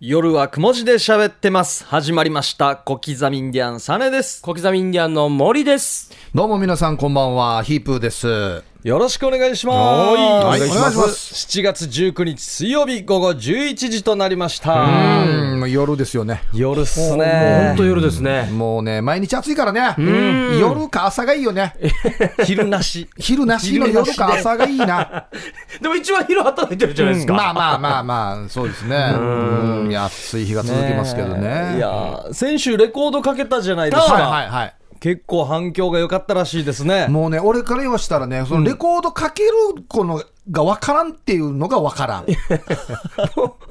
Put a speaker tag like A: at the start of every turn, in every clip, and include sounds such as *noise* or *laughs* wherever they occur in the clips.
A: 夜はくも字で喋ってます。始まりました。小刻みインディアンサネです。
B: 小刻みインディアンの森です。
C: どうも皆さんこんばんは、ヒープーです。
A: よろしくお願いします。
C: はいはいお願いします
A: 7月19日水曜日午後11時となりまし
C: う
A: た。
C: ん、夜ですよね。
A: 夜っす
B: 本
A: ね
B: 当。夜ですね。
C: もうね、毎日暑いからね。夜か朝がいいよね。
A: 昼なし。
C: 昼なしの夜か朝がいいな。
B: でも一番昼働いてるじゃないですか。
C: まあまあまあまあ、そうですね。うん、いや暑い日が続きますけどね。
A: いやー、先週レコードかけたじゃないです
C: はい
A: か。
C: はいはい。
A: 結構反響が良かったらしいですね。
C: もうね、俺から言わしたらね、そのレコードかけるこのが分からんっていうのが分 *laughs* からん。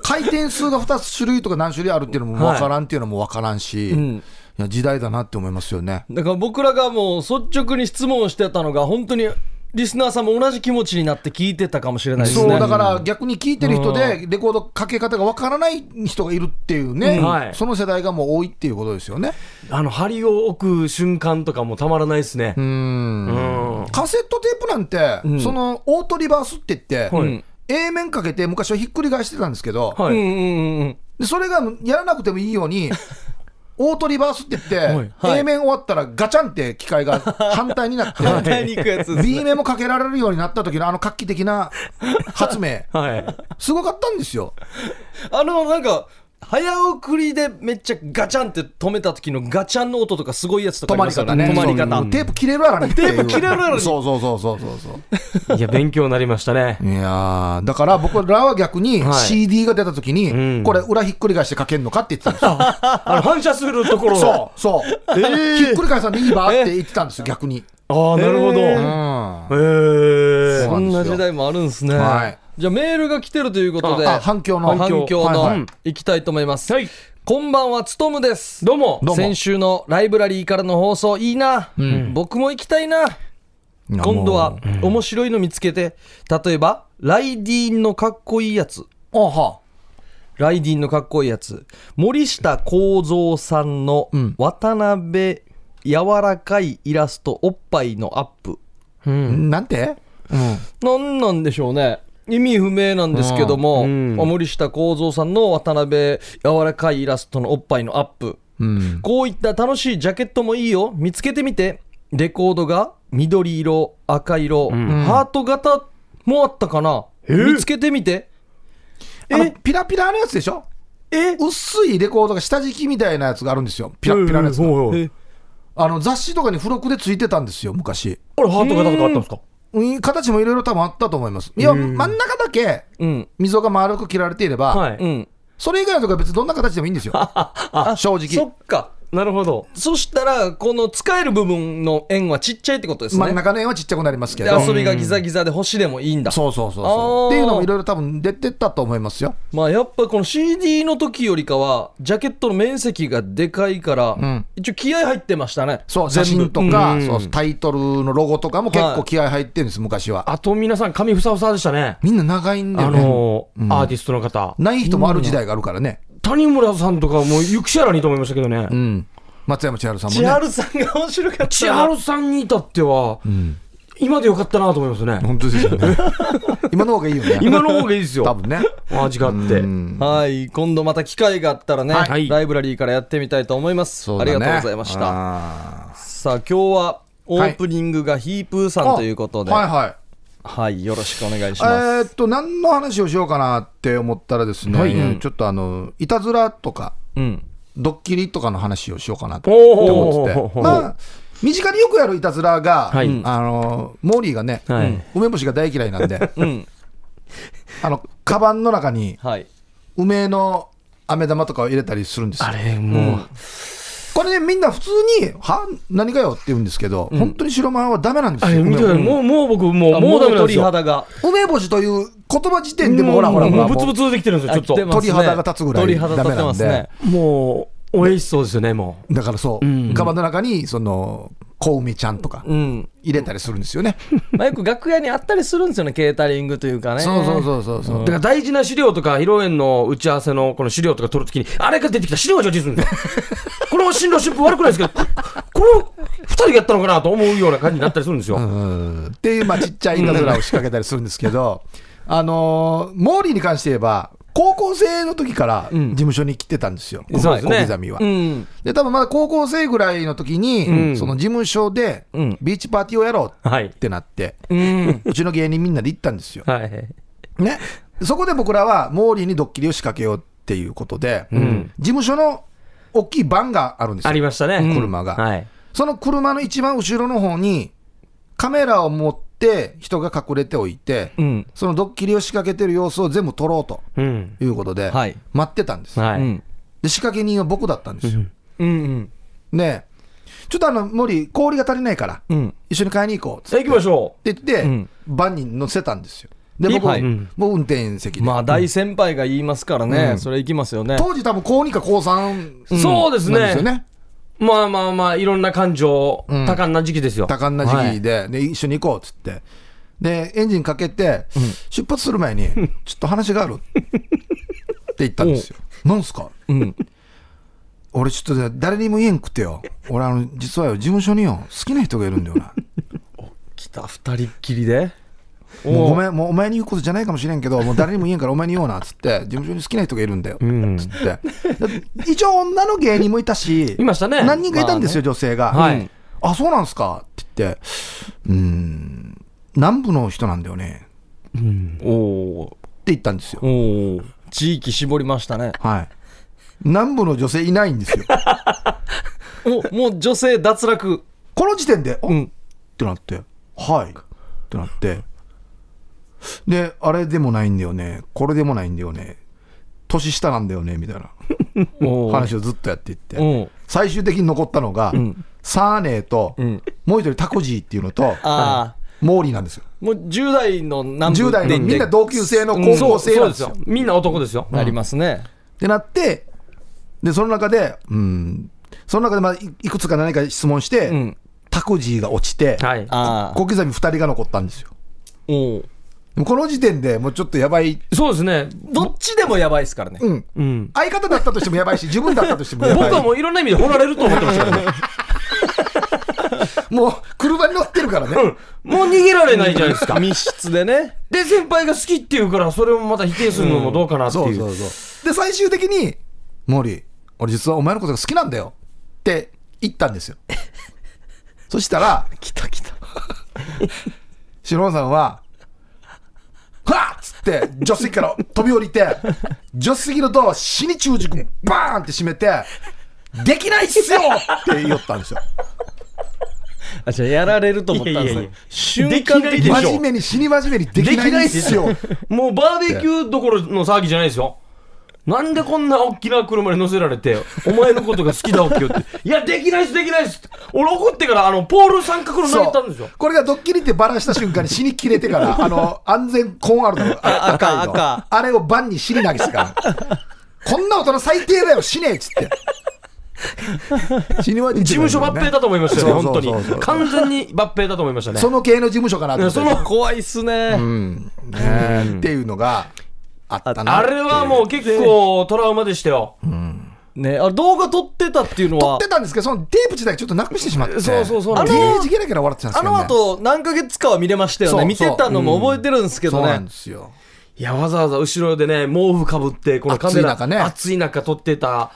C: 回転数が2つ種類とか何種類あるっていうのも分からんっていうのも分からんし、いや時代だなって思いますよね。
A: だから僕らがもう率直に質問してたのが、本当にリスナーさんも同じ気持ちになって聞いてたかもしれないですね。
C: そうだから逆に聞いてる人でレコードかけ方がわからない人がいるっていうね、
B: うんはい
C: その世代がもう多いっていうことですよね。
B: あの、針を置く瞬間とかもたまらないですね。
C: うんカセットテープなんて、そのオートリバースって言って、
B: はい
C: うん A 面かけて昔はひっくり返してたんですけど、
B: は
A: う
B: い。
A: んうんうん。
C: でそれがやらなくてもいいよ
A: *laughs*
C: うにオートリバースって言って、
B: はい
A: はい
C: A 面終わったらガチャンって機械が反対になって。
A: *laughs* 反対に行くやつですね
C: B 面もかけられるようになった時のあの画期的な発明
B: はい。
C: すごかったんですよ
A: あの、なんか、早送りでめっちゃガチャンって止めた時のガチャンの音とかすごいやつとか
C: 止
A: ありま
C: まり
A: すよ
C: 方
A: ね。
C: ね。
A: 止まり
C: そう
A: 方。
C: もうテープ切れるやらね。テ
A: ープ切れるやらね
C: そうそうそうそうそうそう。
B: いや、勉強になりましたね。
C: いやーだから僕らは逆に
B: はい
C: CD が出た時に、
B: うん
C: これ裏ひっくり返して書けんのかって言ってたんですよ。
B: *laughs* あの、反射する
A: *laughs*
B: ところ。
C: そうそう、ひっくり返さんでいいばって言ってたんですよ、逆に。
B: ああ、なるほど。
A: え
C: うん。
B: へ
C: あ、
B: え。
A: そんな時代もあるんですね。
C: はい
A: じゃあメールが来てるということで、
C: 反響の。
A: 反響
C: はいはい
A: のいきたいと思います。
B: はい。
A: こんばんは、つとむです。
B: どうも。
C: どうも
A: 先週のライブラリーからの放送いいな、僕も行きたいな今度は。面白いの見つけて例えばライディーンのかっこいいやつ
C: あは。
A: ライディーンのかっこいいやつ森下幸三さんの
C: ん
A: 渡辺柔らかいイラストおっぱいのアップ
B: うん。
C: なんて
A: なんなんでしょうね意味不明なんですけども、
B: うんうん
A: 森下幸三さんの渡辺柔らかいイラストのおっぱいのアップ
C: うん。
A: こういった楽しいジャケットもいいよ見つけてみてレコードが緑色赤色、ハート型もあったかな見つけてみて
C: あの、ピラピラのやつでしょ
A: え
C: 薄いレコードが下敷きみたいなやつがあるんですよ。ピラピラのやつが。
B: ほいほい
A: え
C: あの、雑誌とかに付録でついてたんですよ、昔。
B: あれ、ハート型とかあったんですか
C: うん形もいろいろ多分あったと思います。いや、
B: うん
C: 真ん中だけ
A: うん
C: 溝が丸く切られていれば、
B: は
A: う
B: い。
A: ん
C: それ以外のとこは別にどんな形でもいい
A: *laughs*
C: んですよ。正
A: そ
C: 直。
A: っか
B: なるほど。
A: そしたらこの使える部分の円はちっちゃいってことです
C: 真ん
A: ね
C: 中の円はちっちゃくなりますけ
A: で
C: ど。
A: 遊びがギザギザで星でもいいんだ
C: そうそうそう
A: あー
C: そう。っていうのもいろいろ多分出てったと思いますよ。
A: まあやっぱこの CD の時よりかはジャケットの面積がでかいから、
C: ん
A: 一応気合入ってましたね
C: そう、写真と
B: う
C: か、
B: ん
C: そうそうタイトルのロゴとかも結
A: はい
C: 構気合入ってるんです、昔は。
B: あと、皆さん、髪ふさふさでしたね。
C: みんな長いんだ
B: あ
C: よね。
B: のー、アーティストの方。
C: ない人もある時代があるからね。
B: 谷村さんとかもう行くしやらにと思いましたけどね
C: う。ん。松山千春さんも
A: 千
C: ね。
A: 春さんが面白かったな
B: 千春さんに至っては、今でよかったなと思いますね。
C: 本当ですよね。
A: *laughs*
C: 今の方がいいよね。
B: 今の方がいいです
C: 多
B: よ。
C: 分ね。
B: 味があって。
A: はい今度また機会があったらね、
B: はい
A: ライブラリーからやってみたいと思います、
C: そう
A: あ
C: だ
A: り
C: ね
A: がとうございました
C: あー
A: さあ今日はオープニングがヒープーさんということで、は
C: はいいはい。
A: よろしくお願いし
C: え
A: ます、
C: ーっと、何の話をしようかなって思ったらですね、
B: はい
C: ちょっとあの、いたずらとか、
A: うん
C: ドッキリとかの話をしようかなって
B: お
C: 思ってて、ま
B: は
C: あ、身近によくやるいたずらが、
B: はい
C: あの、モーリーがね、
B: い。
C: 梅干しが大嫌いなん
B: *laughs*
C: で、
A: うん
C: あの、カバンの中に *laughs*
A: はい
C: 梅の飴玉とかを入れたりするんですよ
B: あ。れ、も
C: これね、みんな普通に、は何かよって言うんですけど、本当に白マンはダメなんで
B: う、あ
C: す
B: れ、
C: よ。
B: 見てください。もう、もう僕、も
A: あ
B: う、もうダメなん
A: 鳥
B: ですよ。
A: 肌が
C: 梅干しという言葉時点でもほらほらほ
B: も
C: ら、
B: う、ブツブツできてるんですよ、ちょ
A: あ来て
B: っ
A: ますね
C: 鳥肌が立つぐらい
A: 鳥肌立ってます
C: ダメなん
A: ね
C: で
B: と。もう、おいしそうですよね、も
C: だからそう、
B: うん
C: カバンの中にその小梅ちゃんとか
A: うん
C: 入れたりするんですよね。
A: まあ、よく楽屋にあったりするんですよねケータリングというかね
C: そうそうそうそうそう
B: う。だから大事な資料とか、披露宴の打ち合わせのこの資料とか取るときに、あれが出てきた資料が出てくるんですよ。この新郎新婦悪くないですけど、この二人がやったのかなと思うような感じになったりするんですよ。
C: うんっていうまあちっちゃいいたずらを仕掛けたりするんですけど、あのーモーリーに関して言えば高校生の時から事務所に来てたんですよ、
B: そうですね
C: 小刻みは。
A: うん。
C: で、多分まだ高校生ぐらいの時に、
B: うん
C: その事務所で
A: うん
C: ビーチパーティーをやろう
B: はい
C: ってなって、
A: うん。
C: うちの芸人みんなで行ったんですよ。
B: はい。
C: ね、そこで僕らはモーリーにドッキリを仕掛けようっていうことで、
B: ん
C: 事務所の大きいバンがあるんですよ、
B: ありましたね。
C: 車が、
B: はい。
C: その車の一番後ろの方に、カメラを持って人が隠れておいて、
A: うん。
C: そのドッキリを仕掛けてる様子を全部撮ろうと
B: うん。
C: いうことで、
A: はい
C: 待ってたんです、
B: は
A: う
B: い。
A: ん。
C: で仕掛け人は僕だったんですよ。
A: うん。
C: ねえちょっとあの森、氷が足りないから、
A: うん。
C: 一緒に買いに行こうっつっ
B: さあ行きましょ
C: て言って、
A: うん
C: バンに乗せたんですよ。で、僕、
A: はい
C: 僕運転席で。
A: まあ、大先輩が言いますからね、
C: うん
A: それ行きますよね。
C: 当時多分高2か高3
B: う。そうです
C: なんですよ
B: ね。
C: ね。
B: まあまあまあ、いろんな感情、
C: うん
B: 多感な時期ですよ。
C: 多感な時期で,、で、一緒に行こうっつって。で、エンジンかけて、出発する前に、ちょっと話があるって言ったんですよ。なんすか
A: うん。
C: 俺ちょっと誰にも言えんくてよ。俺あの、実はよ、事務所によ、好きな人がいるんだよな。
A: 来た、二人っきりで。
C: もうごめん、もうお前に言うことじゃないかもしれんけど、もう誰にも言えんからお前に言おうなっつって、事務所に好きな人がいるんだよ。
B: うん
C: つって。だって一応女の芸人もいたし、
B: いましたね
C: 何人かいたんですよ、女性が。
B: はい
C: うんあ、そうなんすかって言って、うーん、南部の人なんだよね。
A: おお
C: って言ったんですよ
A: お。お地域絞りましたね。
C: はい。南部の女性いない
A: *laughs*
C: んですよ。
A: お、もう女性脱落。
C: この時点で、お
A: う
C: っ
A: ん。
C: てなって、はい。ってなって、で、あれでもないんだよね、これでもないんだよね、年下なんだよね、みたいな
A: お
C: 話をずっとやっていって、
A: うん。
C: 最終的に残ったのが、
A: ん
C: サーネーと、
A: うん
C: もう一人タコジーっていうのと、
A: ああ。
C: モーリーなんですよ。
A: もう10代の南部
C: 10代のみんな同級生の
A: うん
C: 高
B: そ
C: 校
B: う
C: 生
B: そ
C: な
B: うんで
C: ですすよ
B: よ。。みんな男ですよ。
A: なりますね。
C: ってなって、で、その中で、うん、その中で、まあ、いいくつか何か質問して、
A: うん。
C: タコジーが落ちて、
B: はい。
A: ああ。
C: 小刻み2人が残ったんですよ。
A: おう
C: でもこの時点でもうちょっとやばい、
B: そうですね。
A: どっちでもやばいですからね。
C: うん、
B: うん。
C: 相方だったとしてもやばいし、自分だったとしてもや
B: *laughs* 僕
C: ばい、
B: は
C: も
B: もういろんな意味で掘られると思ってましたからね。
C: う車に乗ってるからね、
B: もう逃げられないじゃないですか。
A: 密室でね。
B: で、先輩が好きって言うから、それをまた否定するのもどうかなって
C: そう
B: い
C: そう
B: う。
C: そう。で、最終的に、森、俺、実はお前のことが好きなんだよって言ったんですよ。そしたら、
A: 来た来た。
C: シロンさんは、はっつって、助手席から飛び降りて、助手席のドアを死に中軸バーンって閉めて、できないっすよって言ったんですよ。
A: あ、じゃあやられると思ったんですね。
B: いやいやいや
A: 瞬間的
B: でき
A: に
B: ない。
C: 真面目に、死に真面目にできないっすよ。
B: もうバーベキューどころの騒ぎじゃないですよ。なんでこんな大きな車に乗せられて、お前のことが好きだおきよって。いや、できないっす、できないっすって。俺怒ってから、あの、ポール三角の投げたんですよ。
C: これがドッキリってバラした瞬間に死に切れてから、あの、安全コーンあるの、あ赤いの。
A: 赤赤
C: あれをバンに死に投げすから。こんな大人最低だよ、死ねえっつって。死に終わり
B: 事務所抜兵だと思いましたよね、本当に。完全に抜兵だと思いましたね。
C: その系の事務所かなと思って
B: いやそ
A: 怖いっすね。
C: うんねえっていうのがあったな
B: あれはもう結構トラウマでしたよ。
A: ね、あ動画撮ってたっていうの
C: 撮
A: は
C: って、たんですけどそのテープ自体ちょっとなくしてしまって
B: そうそうそう
C: あの
B: な
C: ゲ
B: んですよ
C: ージゲラゲラ笑ってたんです
A: あ
C: けど、ね、
A: の後何ヶ月かは見れましたよ
C: そ
A: ね。
C: う
A: 見てたのも覚えてるんですけ
C: そ
A: ど
C: うなん
A: ね
C: で。すよ
B: いや、わざわざ後ろでね、毛布かぶって、このカ
C: 暑
B: メラ、
C: い中ね
B: 暑い中撮ってた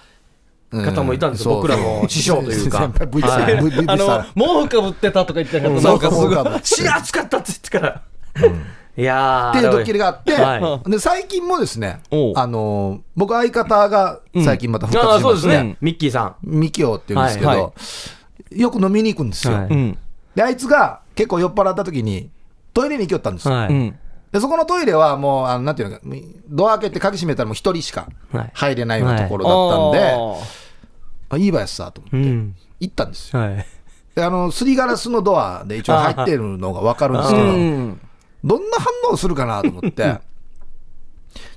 B: 方もいたんですよ、
C: うん
B: 僕らの師匠という
C: *laughs*
B: か。
C: 先輩 V さん、
A: *laughs*
B: はい
C: V, v
A: あの
C: さん、
A: 毛布かぶってたとか言ってなかっ
C: うん
A: た。なんかす
C: 毛
A: ご
C: 布
A: い
C: かぶって。
B: 死に暑かったって言ってから。いやー。
C: っていうドッキリがあって、
B: は
C: で最近もですね
A: おう
C: あの僕相方が最近また復
B: ああ、
C: 活し
B: そう
C: ま
B: で
C: し
B: す
C: て、
B: ね。ミッキーさ
C: ミキオって言うんですけど、
A: はいは
C: よく飲みに行くんですよ、
B: は
A: う
B: い
A: ん。
C: であいつが結構酔っ払った時にトイレに行きよったんです
B: ん。
C: よ、
B: は
A: う
B: い。
A: ん。
C: でそこのトイレはもうあのなんていうのかドア開けて鍵閉めたらもう一人しか
B: はい
C: 入れないようなところだったんで、あいいバイスだと思って
B: うん。
C: 行ったんですよ
B: はい。
C: であのすりガラスのドアで一応入ってるのが分かるんですけ
A: う
C: ど、
A: ん。
C: どんな反応するかなと思って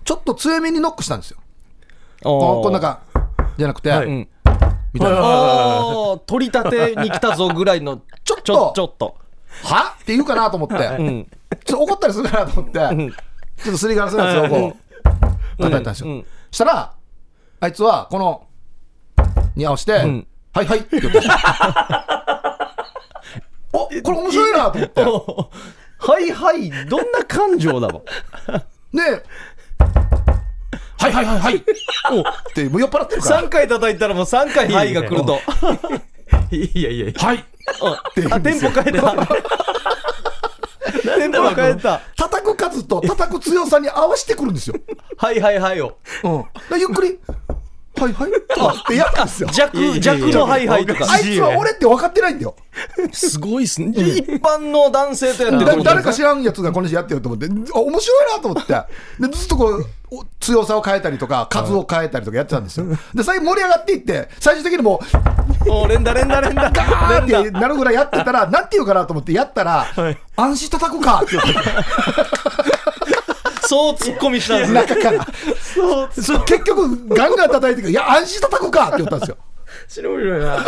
C: ちょっと強めにノックしたんですよこうこんな感じじゃなくて、
B: はい
A: うん。
C: みたいな
A: *laughs*
C: 「
A: ああ、取り立てに来たぞぐらいの、ちょ、ちょ、ちょっと。
C: は?」って言うかなと思って、
A: ん
C: ちょっと怒ったりするかなと思って、ちょっとすりガラスのやつをこう叩いたんですよ、
A: うん
C: したらあいつはこのに合わせて「
A: ん
C: はいはい」って言って *laughs* 「おこれ面白いな」と思って
A: *laughs* はいはい、どんな感情だろ
C: で、はいはいはいはい。おって、もう酔っ払ってるから。
A: 3回叩いたらもう3回「はい」が来ると
B: *laughs* いやいやいや。
C: はい。
A: あテンポ変えた *laughs* テンポ変えた
C: 叩く数と叩く強さに合わせてくるんですよ。
A: 「はいはいはい」を
C: うん。だからゆっくり、はいはい。とかってやるんですよ。
A: 弱弱の「はいはい」とか
C: あいつは俺って分かってないんだよ。
A: すごいっすね一般の男性とやって
C: だ
A: る
C: 誰か知らんやつがこの人やってると思って、あ面白いなと思
B: *laughs*
C: って、でずっとこうお強さを変えたりとか、数を変えたりとかやってたんですよ。で、最後盛り上がっていって、最終的にもう、
A: もう連打連打連打
C: ガーンってなるぐらいやってた
B: *laughs*
C: ら、なんて言うかなと思ってやったら、安心叩くかって言われ
B: *laughs*
C: て
A: そうツッコミしたんですね
C: 中から。そう結局、ガンガン叩いてくる、いや、安心叩くかって言ったんですよ。
B: 白いな。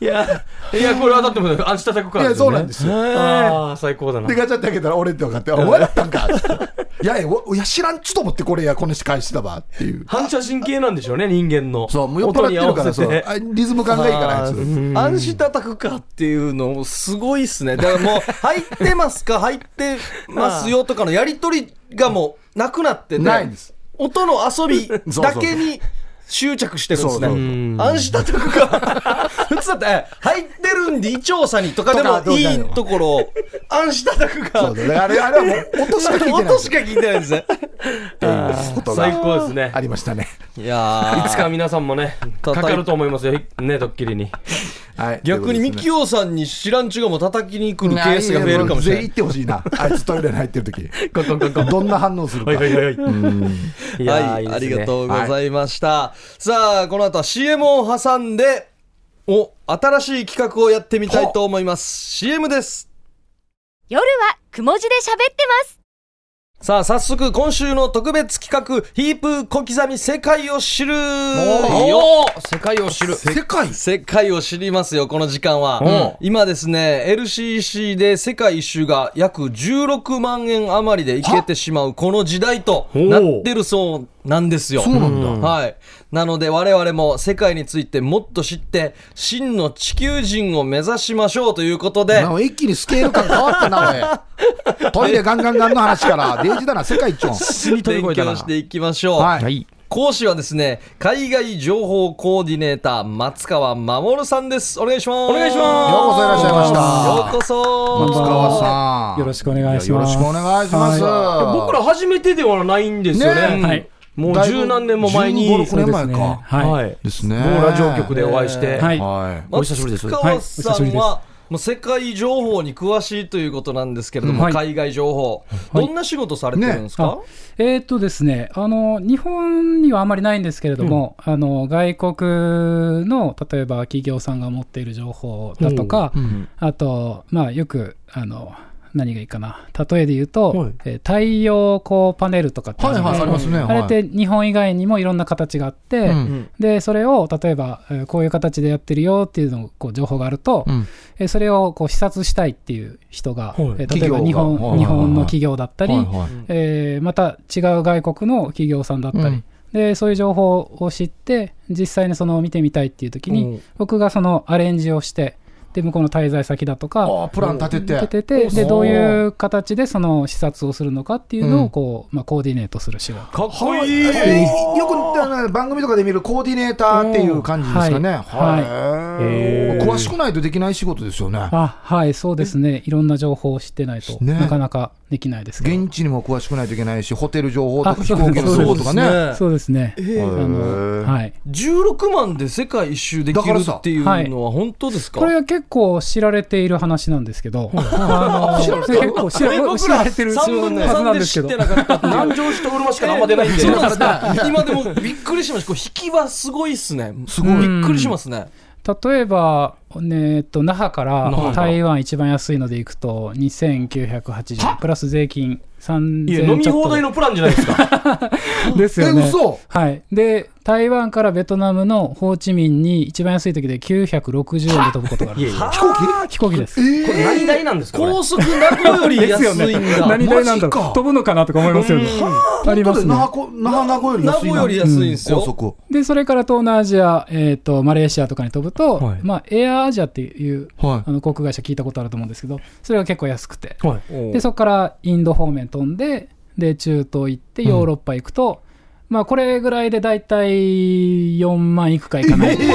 B: いや、いや、これ当たっても、明日叩くか
C: い
B: ら、
C: や、そうなんですよ。
B: ああ、最高だな
C: で、。ガチャって開けたら俺って分かって、あお前だったんかって。いやいや、おいや知らんちょっと思ってこれや、この人返してたわっていう。
B: 反射神経なんでしょうね、人間の。
C: そう、もう酔っ払ってるから、
B: 音
C: そ
B: に合
C: う
B: わ。せて
C: あリズム感がいいから、やつ。
A: 安心叩くかっていうのもすごいっすねだからもう入ってます
C: *laughs*
A: か入ってますよとかのやり取りがもうなくなってて
C: ないんです
A: 音の遊びだけに執着してるんですね
C: そうそう
A: 安心叩くか普通だってえ入ってるんで胃腸さにとかで
C: とかど
A: も
C: う
A: い
C: か
A: い
C: よ
A: ところを安心叩く
C: そ
A: か
C: うだね。あれ、あれはもう、音しか聞いてない。
A: 音しか聞いてないんですね
C: っていうこと
B: *laughs* 最
C: が
B: 高ですね
C: あ。りましたね。
A: いやー
B: いつか皆さんもね、か
A: 叩い
B: かると思いますよ、ね、ドッキリに。
C: はい。
A: 逆にミキ
C: を
A: オさんに知らんちゅうがもう叩きに来るケースが増えるかもしれな
C: 全員
A: い
C: 行ってほしいな。あいつトイレに入ってる時
B: コンコンコンコン
C: どんな反応するか。
B: はいはいはいはい。いやー
A: はいい、
B: い
A: ありが
B: う。
A: とうございました。さあ、この後は CM を挟んで、お、新しい企画をやってみたいと思います。CM です。
D: 夜はくも字で喋ってます。
A: さあ、早速、今週の特別企画、ヒープー小刻み世界を知る
B: おお世界を知る。
C: 世界
A: 世界を知りますよ、この時間は。今ですね、LCC で世界一周が約16万円余りで行けてしまうこの時代となってるそうなんですよ。
C: そうなんだ
A: はい。なので我々も世界についてもっと知って、真の地球人を目指しましょうということで
C: な、お一気にスケール感変わったな、おい。トイレガンガンガンの話から、デイジだな、世界一丁。
B: に飛び
A: 勉
B: 越えたな
A: 強していきましょう。
C: はい
B: はい。
A: 講師はですね、海外情報コーディネーター、松川守さんです。お願いします。お
B: 願いします
C: ようこそいらっしゃいました
A: ようこそ。
C: 松川さん。
E: よろしくお願いします。
C: よろしくお願いします。
B: 僕ら初めてではないんですよね。
C: ね
E: はい。
B: もう十何年も前に、
C: 15 16年前
E: そうですね
C: か。
E: はい。
B: は。
E: はい
C: ですね。
B: 某ラジオ局でお会いして、
E: い。
C: はい。
B: お久しぶりです
A: 松川さんは、もう世界情報に詳しいということなんですけれども、
E: うんはい
A: 海外情報、
E: はい
A: どんな仕事されてるんです
E: あ
A: か、
E: えーっとですね、あの、日本にはあまりないんですけれども、あの、外国の、例えば企業さんが持っている情報だとか、あと、まあ、よく、あの、何がいいかな。例えで言うと、
B: はい
E: えー太陽光パネルとかってあるじゃないですか
C: はいはいありますね
E: あれって日本以外にもいろんな形があって、
C: うん
E: でそれを例えばえーこういう形でやってるよっていうのをこう情報があると、
C: うん
E: えーそれをこう視察したいっていう人が、
B: い
E: えー例えば
C: 企
E: 日
C: 業がはいはいは
E: 本
C: い
E: 日本の企業だったり、
C: はいはい
E: えーまた違う外国の企業さんだったり、
C: うん
E: でそういう情報を知って実際にその見てみたいっていう時に、
A: うん
E: 僕がそのアレンジをしてで向こうの滞在先だとか
C: ああ、プラン立てて。
E: 立ててでどういう形でその視察をするのかっていうの
C: うん
E: をこう、まあ、コーディネートする仕事。
B: かっこいい。
C: えーよくあの番組とかで見るコーディネーターっていう感じですかね。
E: うん
C: はい
E: はい
C: へー詳しくないとできない仕事ですよね。
E: あはいそうですねいろんな情報を知ってないと、
C: ね
E: なかなかできないですけど
C: 現地にも詳しくないといけないし、ホテル情報とか
E: あ
C: 飛行機の情報とかね。
A: そう
C: へ
A: ですね
E: そうですね、あの
C: ー
E: はい
A: 16万で世界一周で
C: だ
A: き
C: か
A: る
C: らさ
A: っていうのは本当ですか、
E: これは結構知られている話なんですけど、あの
C: 知られてる
E: 結構知ら知られてるは
A: 3分の
E: ず
A: 3
E: なん
A: で
E: で
A: 知
E: す
A: っ
E: け
A: て
E: ど
A: な、かったっていう
B: 南城市とうるましかあんま出ないんで。
A: そうなんですか今でもびっくりしましたこれ引きはすごいっすね
C: すごい
A: びっくりしますね
E: 例えば、ねえっと那覇か
B: 那覇
E: ら
B: から
E: 台湾一番安いので行くと2980円、プラス税金
B: いや、飲
E: 3000
B: み
E: ちょ
B: 放
E: っと
B: 題のプランじゃないですか。
E: ですよ
C: え
E: ね。
C: 嘘
E: はい、で台湾からベトナムのホーチミンに一番安い時で960円で飛ぶことがあるんです
B: や。
C: 飛行機
E: 飛行機です。
C: え
B: これ何代なんですかこ
A: *laughs*
B: れ
A: 高速名古屋より
E: *laughs*
A: 安いんだ、
E: 何代なんだ
C: マジ
E: ろ
C: か
E: う飛ぶのかなとか思いますよね。
C: ー
E: ありますね
C: 那。覇こ那覇名古屋より
A: 名古屋よ
C: 安いな
A: り安いんですよ、
C: 高速。
E: で、それから東南アジア、えー、とマレーシアとかに飛ぶと、
B: はい
E: まあ、エアアジアっていう
C: は
E: あの航空会社聞いたことあると思うんですけど、それが結構安くて、
B: はい
A: おう
E: でそこからインド方面飛んで、で中東行って、ヨーロッパ行くと、まあこれぐらいで大体4万いくかいかない
B: え嘘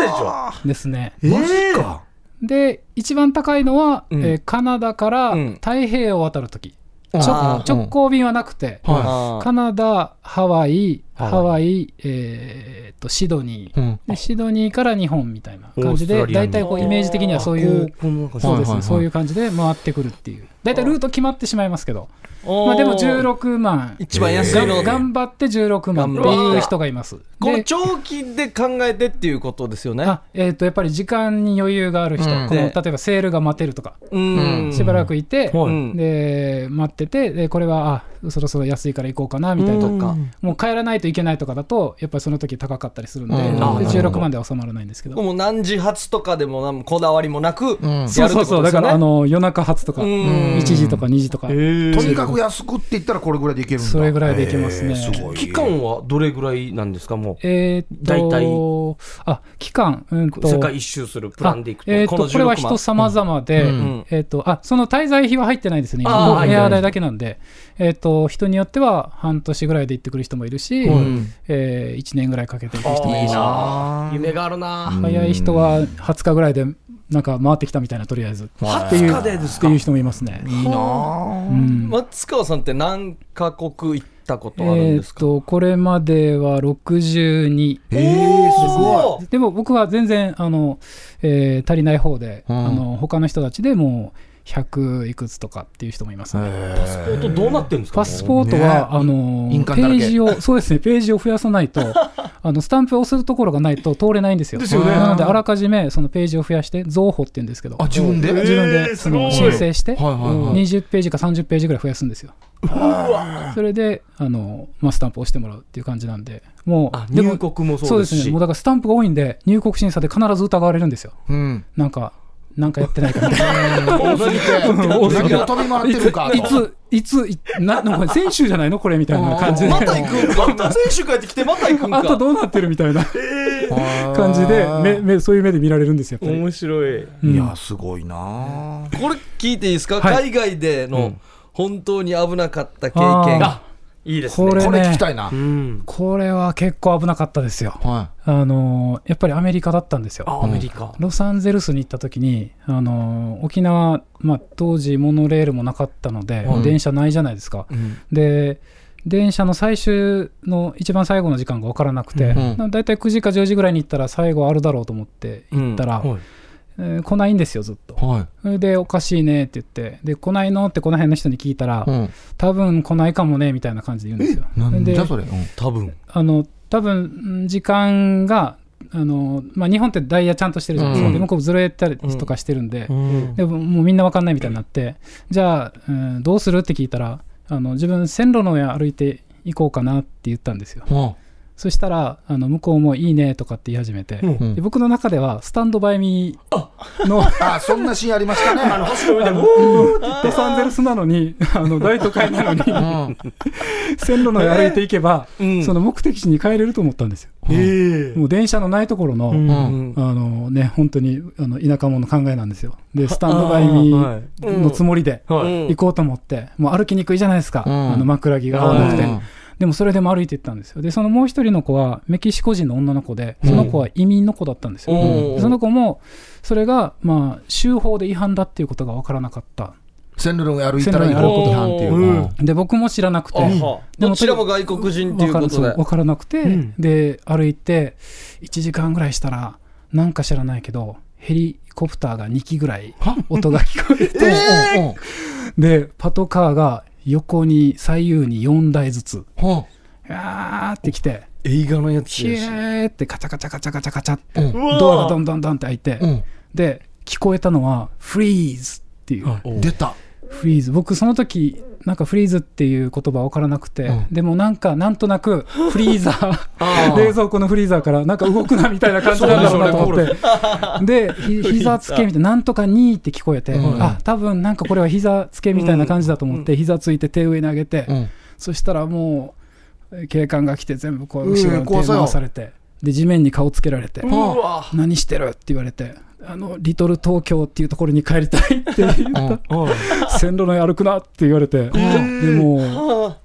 B: でしょ
E: ですね。
C: えマジか。
E: で、一番高いのは、
A: うん
E: えーカナダから
A: うん
E: 太平洋を渡ると
A: う
E: き、
A: ん
E: ちょ
A: あ
C: ー
E: 直行便はなくて、
C: はい
A: あ
E: カ
A: ー
E: ナダ、ハワイ、
B: ハワイ
E: ハワイ、えーっとシドニー、
C: うん
E: で、シドニーから日本みたいな感じ
B: オー
E: で、
B: ストラリア
E: 大
B: に
E: 体こうイメージ的にはそういう、
B: こうこんな感じ
C: あー
E: そうです
C: はいはいは
E: ね、
C: い
E: そういう感じで回ってくるっていう、大体ルート決まってしまいますけど、
A: おー
E: まあでも16万、
A: 一番安いの
E: が頑張って16万っていう人がいます。
A: この
E: で
A: 長期で考えてっていうことですよね
E: あえー、とやっぱり時間に余裕がある人、
C: うん
E: この例
A: で
E: えばセールが待てるとか、
A: うん
E: しばらくいて、
B: はい
A: うん
E: で待っててでこれはあそろそろ安いから行こうかなみたいな、
A: とか
E: もう帰らないといけないとかだとやっぱりその時高かったりするんで,で、
C: うん
B: あなるほど
E: 16万では収まらないんですけど、
A: もう何時発とかでもなんこだわりもなくやるってことです
E: そ
A: よ
E: う
A: ね
E: そうそうだからあの夜中発とか、
A: うん
E: 1時とか2時とか、
B: え
C: とにかく安くって言ったらこれぐらいでいけるんだ。
E: それぐらいでいけますね
C: えーすごい。
B: 期間はどれぐらいなんですかも
E: えーっ
B: 大体
E: とあ期間、うん
B: う
E: と
B: 世界一周するプランでいくと
E: あえーっ
A: この
E: と
A: 16
E: これは人様々で、
C: うん
A: うん
E: えーっとあその滞在費は入ってないですね、
B: あー
E: 今
B: 入って
E: エ
B: ない
E: ア代だけなんで、えーっと人によっては半年ぐらいで行ってくる人もいるし、
C: うん
E: え1年ぐらいかけて行く人もい
B: い
E: る
B: い
E: し、
B: な
C: な
B: 夢があるな
E: 早い人は20日ぐらいで、なんか回ってきたみたいな、とりあえず。っていう
B: 20日でですか
E: っていう人もいますね。
C: いいなあ
E: うん
A: 松川さんって何カ国行ったことあるん
E: え
A: で
E: ー
A: す
E: っ
A: か、
E: と、これまでは62。
C: えー、すごい。
A: い
E: でも僕は全然あの、えー足りない方で、
C: うん
E: あの他の人たちでもう100いくつとかっていう人もいますね。
B: パスポートどうなってるんですか
E: パスポート
C: ね
E: は、あの
C: 印
E: ペ
C: 鑑だらけ
E: ージを、そうですね、ページを増やさないと、 *laughs* あのスタンプを押すところがないと通れないんですよ。
C: ですよね
E: なので、あらかじめそのページを増やして、増補っていうんですけど、
C: あ自分で
E: 自分でその申請して、
C: はいはいはい
E: 20ページか30ページぐらい増やすんですよ。それで、あのまあ、スタンプを押してもらうっていう感じなんで、も
B: あ
E: う、でも
B: 入国も
E: そ
B: そうう
E: で
B: ですす
E: ね、
B: し
E: もうだからスタンプが多いんで、入国審査で必ず疑われるんですよ。
C: うん。
E: なんか、なんかやってないかみたいな。
C: 多すぎて、何を飛び回ってるか
E: いつ、いつ、いつななんか先週じゃないのこれみたいな感じで。
A: また行くんかまた選手帰ってきてまた行くんか
E: あとどうなってるみたいな *laughs*
C: 感
E: 感じで目目、そういう目で見られるんですよ、やっぱり。
B: 面白い
E: うん
C: いや、すごいな
A: これ聞いていいですか、
E: はい
A: 海外で
B: う
A: の
B: ん
A: 本当に危なかった経
E: あ
A: 験
B: あいいです
E: こ
B: ね
E: れ
C: これ
E: ね
C: 聞きたいな
B: う。ん
E: これは結構危なかったですよ。
C: は
E: あのーやっぱりアメリカだったんですよ。
B: あアメリカ
E: ロサンゼルスに行った時に、あのー沖縄、まあ、当時モノレールもなかったので、
C: うん
E: 電車ないじゃないですか。
C: い。うん
E: で電車の最終の一番最後の時間が分からなくて、
C: うん
E: だだいたい9時か10時ぐらいに行ったら最後あるだろうと思って行ったら、
B: はい
E: えー来ないんですよずっと。
C: は
E: それでおかしいねって言ってで来ないのってこの辺の人に聞いたら、
C: い。うん
E: 多分来ないかもねみたいな感じで言うんですよ。
C: なん
E: で
C: じゃそれ。うん
A: 多分
E: あの多分ん時間があの、まあ、日本ってダイヤちゃんとしてるじゃないですか、
A: うん
E: で向こうずれたりとかしてるんで、
B: うん
E: でももうみんな分かんないみたいになって、じゃあ、うんどうするって聞いたらあの自分線路の上歩いて行こうかなって言ったんですよ
C: は
E: そしたらあの向こうも「いいね」とかって言い始めて、
C: あうん
E: で僕の中ではスタンドバイミーの *laughs*
C: あ、そんなシーンありました
B: あ
C: ね。
B: の走るみたいなうー
E: ロサンゼルスなのにあの大都会なのに線路の上歩いて行けば、
A: うん
E: その目的地に帰れると思ったんですよ
B: え
E: もう電車のないところの、
B: うん
C: うん
A: うん
E: あのね本当にあの田舎者の考えなんですよでスタンドバイミーのつもりで
A: う
B: はい
A: ん
E: 行こうと思って、もう歩きにくいじゃないですか、
C: うん
E: あの枕木が合わなくて、
C: うん
E: でもそれでも歩いていったんですよでそのもう一人の子はメキシコ人の女の子でその子は移民の子だったんですよ、
A: おー
E: でその子もそれがまあ州法で違反だっていうことが分からなかった
C: 線路の上歩いたらいい
E: 線路の
C: 違
A: 上
C: 反
A: 歩
C: っ
A: く
C: てい
A: と
C: う。うん
E: で僕も知らなくて
A: あは
E: でも
A: どちらも外国人っていうこ
E: 分
A: と
E: から
A: で
E: そう分からなくて、
B: うん
E: で歩いて1時間ぐらいしたらなんか知らないけどヘリコプターが2機ぐらい音が聞こ
C: *laughs*
E: えて、
C: うんうん
E: でパトカーが横に左右に4台ずつ
C: は
E: あーってきて
A: 映画のやつ
E: キエーってカチャカチャカチャカチャカチャって
C: うん
E: ドアがどんどんどんって開いて
C: あうん
E: で聞こえたのは「フリーズ」っていう
C: 出た。
E: フリーズ僕その時なんかフリーズっていう言葉分からなくて、
C: うん
E: でもなんかなんとなくフリーザ
C: *laughs* あ
E: ー
C: ー
E: 冷蔵庫のフリーザーからなんか動くなみたいな感じなんだろうなと思
C: *laughs*
E: ってでひ膝つけみたいななんとかにーって聞こえて、
C: うん
E: あ多分なんかこれは膝つけみたいな感じだと思って、膝ついて手上に上げて、
C: うん
E: そしたらもう警官が来て全部こう後ろ
C: う
E: に
C: ん
E: 手
C: 怖そう
E: 回されてで地面に顔つけられて、
C: はあ
E: 何してるって言われて、あの、リトル東京っていうところに帰りたい
B: *laughs*
E: って言った。線路の上歩くなって言われて、でも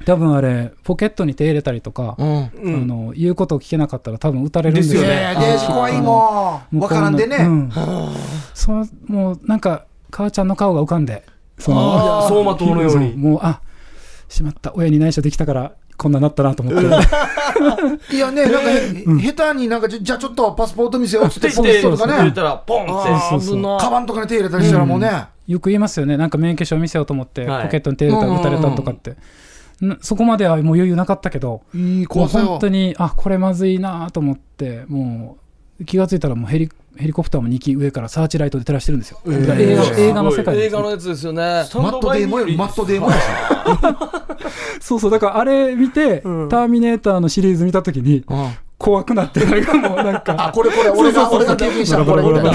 E: う、多分あれポケットに手入れたりとか、
C: うん。
A: う
E: あ
A: ん
E: の言うことを聞けなかったら多分撃たれるんですよ
C: い
E: ね。
C: やいや、デージ怖いもん。わからんでね。
E: うんそうもうなんか母ちゃんの顔が浮かんでその
B: 走馬灯のよう
E: そ
B: に。
E: もうあしまった親に内緒できたからこんななったなと思
C: *laughs*
E: って、
C: いやね、なんか、下手になんか、じゃじゃあちょっとパスポート見せようっつっ
B: って
C: て、
B: 言
C: ポ
B: っ
C: ン
B: て、
C: スと
B: 入れ
C: かね。
B: たら、ポンって。
A: あ
E: そう
A: ー
E: そう
A: 危な
C: カバンとかに手入れたりしたらもうね。
E: よく言いますよねなんか免許証見せようと思って、
B: はい
E: ポケットに手入れたら撃たれたとかって、なそこまではもう余裕なかったけど
C: いい
E: もう
C: 怖さ
E: 本
C: よ
E: 当。にあこれまずいなと思ってもう気がついたらもうヘリヘリコプターも2機上からサーチライトで照らしてるんですよ、だから映画
B: すごい
E: 映画の世界で
A: 映
E: す
A: 画のやつですよね
B: スタ
C: マ
B: ン
C: ッ
B: ド
C: ト
B: バ
C: デ
B: イ
C: ー
B: ミ
C: モ
B: よ
C: よ
B: り
C: マットデーモやし。
E: そうそうだからあれ見て「ターミネーター」のシリーズ見た時に怖くなってなん
A: *laughs*
E: かもうなんか
C: あ、これこれ、俺が、俺が経験したこれみたいな。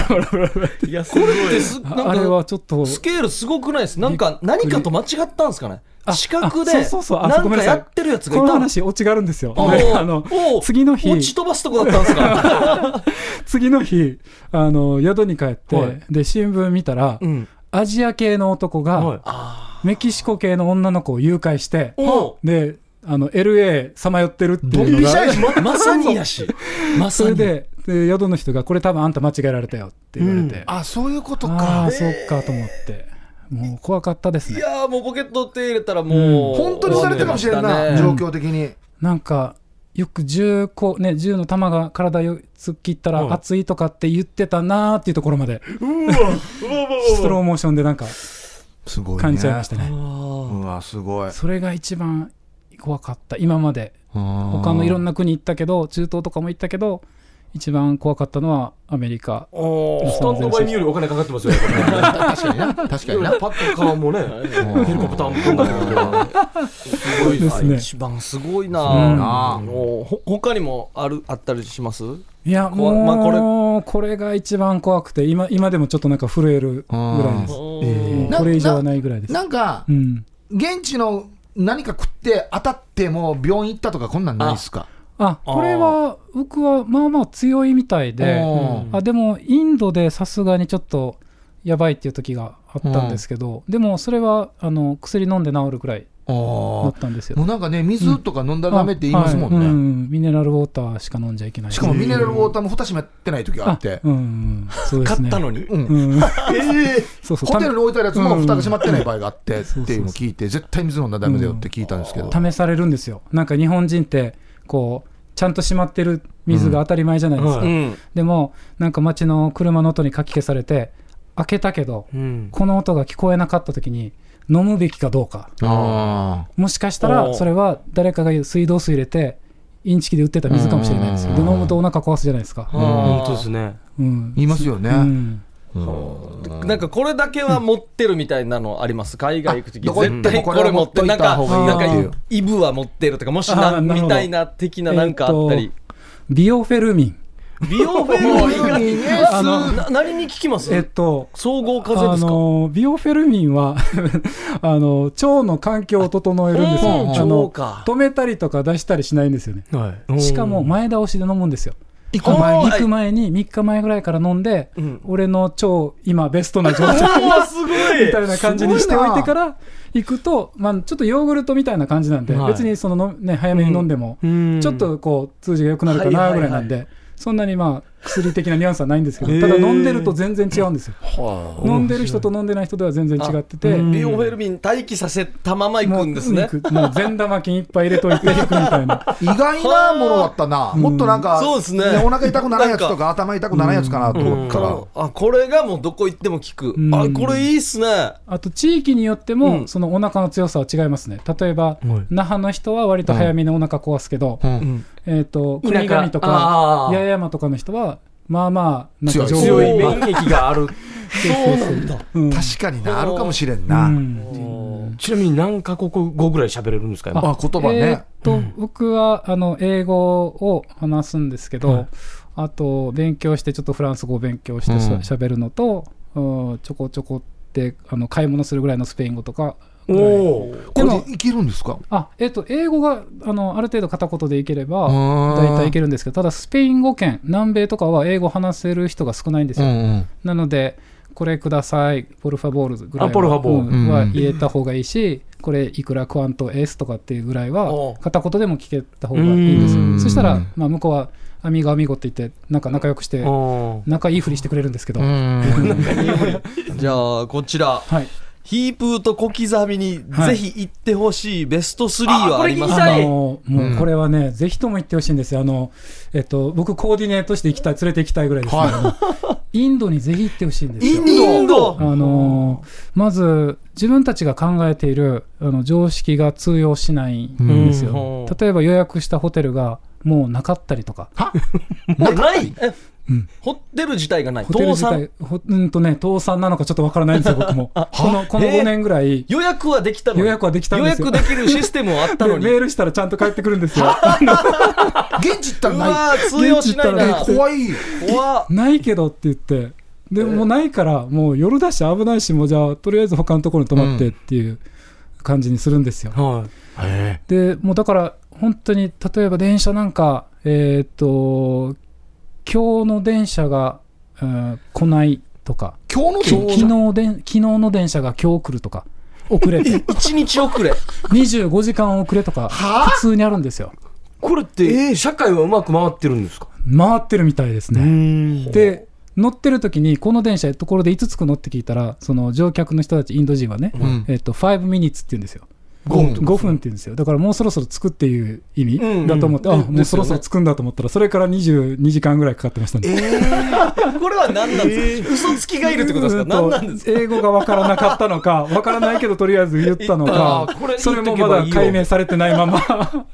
B: いや、すごい。
A: ですなん
E: あ
A: か
E: あれはちょっと
A: スケールすごくないですなんか何かと間違ったんですかね
E: あ
A: 視覚
E: あ
A: で
E: そうそうそうあ
A: なん
E: ごめん
A: か
E: な
A: や
E: さい
A: ってるやつがい
E: この
A: た
E: 話オチがあるんですよ
A: お
E: で
A: ー
E: あの
A: おー
E: 次の日
A: 落ち飛ばすとこだったんですか
E: 次の日あの宿に帰って、
A: はい
E: で新聞見たら、
A: うん
E: アジア系の男が、
B: はい
E: メキシコ系の女の子を誘拐して
A: お
E: であの LA さまよってるって
C: ドン
E: いうの
C: ピシ
E: が
C: ャやし。
A: ままさにやしまさ
E: それ
A: に
E: でで宿の人が「これ多分あんた間違えられたよ」って言われて、あ
C: あ、そういうこと
E: あ
C: か
E: ー。そっかと思ってもう怖かったです
A: い
E: ね
A: やーもうポケット手入れたらもう
C: 本当にされてるかもしれんな、状況的に。
E: なんかよく銃こう、ね、銃の弾が体を突っ切った
B: はい
E: ら熱いとかって言ってたなーっていうところまで
B: うわ、うわ、うわ
E: ストローモーションでなんか
C: すごいね。
E: 感じちゃいましたね
C: うわ、すごい。
E: それが一番怖かった今まで他
C: 他
E: のいろん
C: な。
E: な国行ったけど中東とかも行ったけど一番怖かったのはアメリカ
B: おースタンドバイミよりお金かかってますよ。
C: 確かにな。確かにな。
B: *laughs* パッと顔もね、ヘリコプターも飛んだけど。すごい
E: ですね
A: 一番すごい
E: うん
A: な
C: あー
A: もうほ他にもあるあったりします
E: いや
A: こ
E: も
A: わ
E: う、
A: まあこれ
E: これが一番怖くて今今でもちょっとなんか震えるぐらいですもう
C: な
E: これ以上はないぐらいです
C: なんか
E: う、ん
C: 現地の何か食って当たってもう病院行ったとかこんなんないっすか
E: あこれは僕はまあまあ強いみたいで
C: お
E: あでもインドでさすがにちょっとやばいっていう時があったんですけど、でもそれはあの薬飲んで治るくらいだ
C: お
E: ったんですよ
C: もうなんかね水とか飲んだらダメって言いますもんね、
E: あはいうんミネラルウォーターしか飲んじゃいけない
C: しかもミネラルウォーターも蓋閉まってない時があって
E: うんうんそうです
A: 買
E: ね
A: ったのに
C: うん
E: うん、そうそう
C: ホテルに置いてあるやつも
E: うん
C: 蓋が閉まってない場合があってっ
E: そう
C: ていうのを聞いて絶対水飲んだらダメだよって聞いたんですけど、
E: 試されるんですよなんか日本人ってこうちゃんと閉まってる水が当たり前じゃないですか、
B: うん
E: でもなんか街の車の音にかき消されて開けたけど
B: うん
E: この音が聞こえなかった時に飲むべきかどうか
C: あ
E: もしかした
A: お
E: ら
A: う
E: それは誰かが水道水入れてインチキで売ってた水かもしれないんですよで飲むとお腹壊すじゃないですか、
B: 本当ですね。
E: うん
C: ー言いますよね、
E: うん
A: なんかこれだけは持ってるみたいなのあります海外行く時
C: あどこ行
A: 絶
C: って
A: 対
C: も
A: これ持って
C: これ
A: な
C: は
A: んか
C: 持っとい
E: た方がいい
A: な
E: なんっていう
A: かイブは持ってるとかもし
E: あ
A: な
E: ーなるほ
A: み
E: ど
A: たいな的ななんかあったり
E: ビオフェルミン
A: 美容フェルミンが
E: あの
A: な何に効きます
E: えっと
A: 総合風邪です
E: あ
A: か
E: のビオフェルミンは *laughs* あの腸の環境を整えるんですよ、
A: うん
E: あ
A: 腸
E: の
A: か
E: 止めたりとか出したりしないんですよね
B: はい
E: しかも、前倒しで飲むんですよ
C: 行く前に
A: おー
E: 行く前に3日前ぐらいから飲んで、
A: うん
E: 俺の腸今ベストな状態
B: すごい
E: みたいな感じにしておいてから行くと、まあ、ちょっとヨーグルトみたいな感じなんで、
B: はい
E: 別にそのの、ね、早めに飲んでも、ちょっとこう通じが良くなるかなぐらいなんで、そんなにまあ薬的なニュアンスはないんですけ
B: へ
E: ど
B: ー
E: ただ飲んでると全然違うんですよ飲んでる人と飲んでない人では全然違ってて
A: 美容フェルミン待機させたまま行くんですね
E: もうもう善玉菌いっぱい入れといていくみたい
C: *laughs*
E: な
C: 意外なものだったな、もっとなんか、
A: そうですね
C: お腹痛くならんやつ
A: な
C: と
A: ん
C: か、頭痛くならんやつかなと思ったら、
A: あこれがもうどこ行っても効く
E: ん
A: あこれいいっすね
E: あと地域によって
A: う
E: も
A: ん
E: そのお腹の強さは違いますね例えば
B: はい
E: 那覇の人は割と早めにお腹壊すけど、
A: うん
E: えー、と
B: 田舎
E: 国頭と
B: あ
E: か
B: ー
E: 八重山とかの人はまあまあなん
C: 強
E: か
C: い
B: 強
E: 上
B: い
E: 位
B: 免疫がある。
A: そうなんだ
E: うん
C: 確かにな、あるかもしれんな。
E: うん
B: *laughs* ちなみに何カ国語ぐらい喋れるんですか今
C: あ言葉ね、
E: えーっと、僕はあの英語を話すんですけど、あと勉強してちょっとフランス語を勉強してしゃ,、べるのと、うんちょこちょこってあの買い物するぐらいのスペイン語とかぐらい
B: おお。
C: これ
E: でも
C: でいけるんですか
E: あえーっと英語があのある程度片言でいければ
C: ー
E: 大体いけるんですけどただスペイン語圏南米とかは英語話せる人が少ないんですよ、なのでこれください、ポルファボールズぐらい
B: あポルファボー
E: う
C: う
E: ん
C: ん
E: は言えた方がいいし、これいくらクワントエースとかっていうぐらい
B: お
E: は、片言でも聞けた方がいいんです
C: うん
E: よ。そしたら、まあ、向こうは、アミゴアミゴって言って、なんか仲良くして、
B: うん
E: 仲いいふりしてくれるんですけど、
A: じゃあ、こちら。
E: はい。
A: ヒープーと小刻みにぜひ行ってほしいベスト3
B: あ
A: は
B: こ
A: あ
B: れ
A: りま
B: 聞
A: す
B: き
A: か
B: た
E: あ
B: い
E: のもうこれはね、ぜひとも行ってほしいんですよあの、えっと、僕、コーディネートして行きたい、連れて行きたいぐらいですね、インドにぜひ行ってほしいんですよ。
A: インド
E: あのまず自分たちが考えているあの常識が通用しないんですよ、
B: うん
E: 例えば予約したホテルがもうなかったりとか、
B: もうない
A: ホテル自体がない。
E: ホテル
A: 倒
E: 自
A: 産
E: 体、ほうんとね、倒産なのかちょっとわからないんですよ、僕も。このこの5年ぐらい、
A: 予約はできたのに
E: 予約はできたんですよ
A: 予約できるシステムはあったの
E: *laughs* で
A: に。
E: メールしたらちゃんと帰ってくるんですよ。
C: 現地行った
A: う
C: らな
A: わー通用しないな。
C: い。怖い。
A: 怖っ
E: ないけどって言って、でもうないから、もう夜だし危ないし、もうじゃあ、とりあえず他のところに泊まってっていう感じにするんですよ。
B: は
E: でもうだから、本当に例えば電車なんか、えーっと、今日の電車が、うん来ないとか、
C: 今日
E: 昨
C: の
E: 日でん昨日の電車が今日来るとか、遅
C: *laughs*
E: れて、
A: 一日遅れ。
E: 25時間遅れとか、
C: はあ
E: 普通にあるんですよ。
B: これって社会はうまく回ってるんですか
E: 回ってるみたいですね。
B: ん
E: で乗ってる時にこの電車ところで5つく乗って聞いたらその乗客の人たちインド人はね、
C: ん
E: えっと5 minutes って言うんですよ
C: 五分
E: 5分って言うんですよだからもうそろそろ着くっていう意
A: うん
E: 味だと思って、
A: うん
E: あもうそろそろ着くんだと思ったらそれから22時間ぐらいかかってましたね
A: これは何なんですか嘘つきがいるってことですか
E: う
A: 何
E: ん
A: なんですか
E: 英語がわからなかったのかわからないけどとりあえず言ったの
A: *laughs*
B: あ
E: か
B: ーこれ
E: それも
B: 言っ
E: ま
B: とけばいい
E: だ
B: よ
E: 解明されてないまま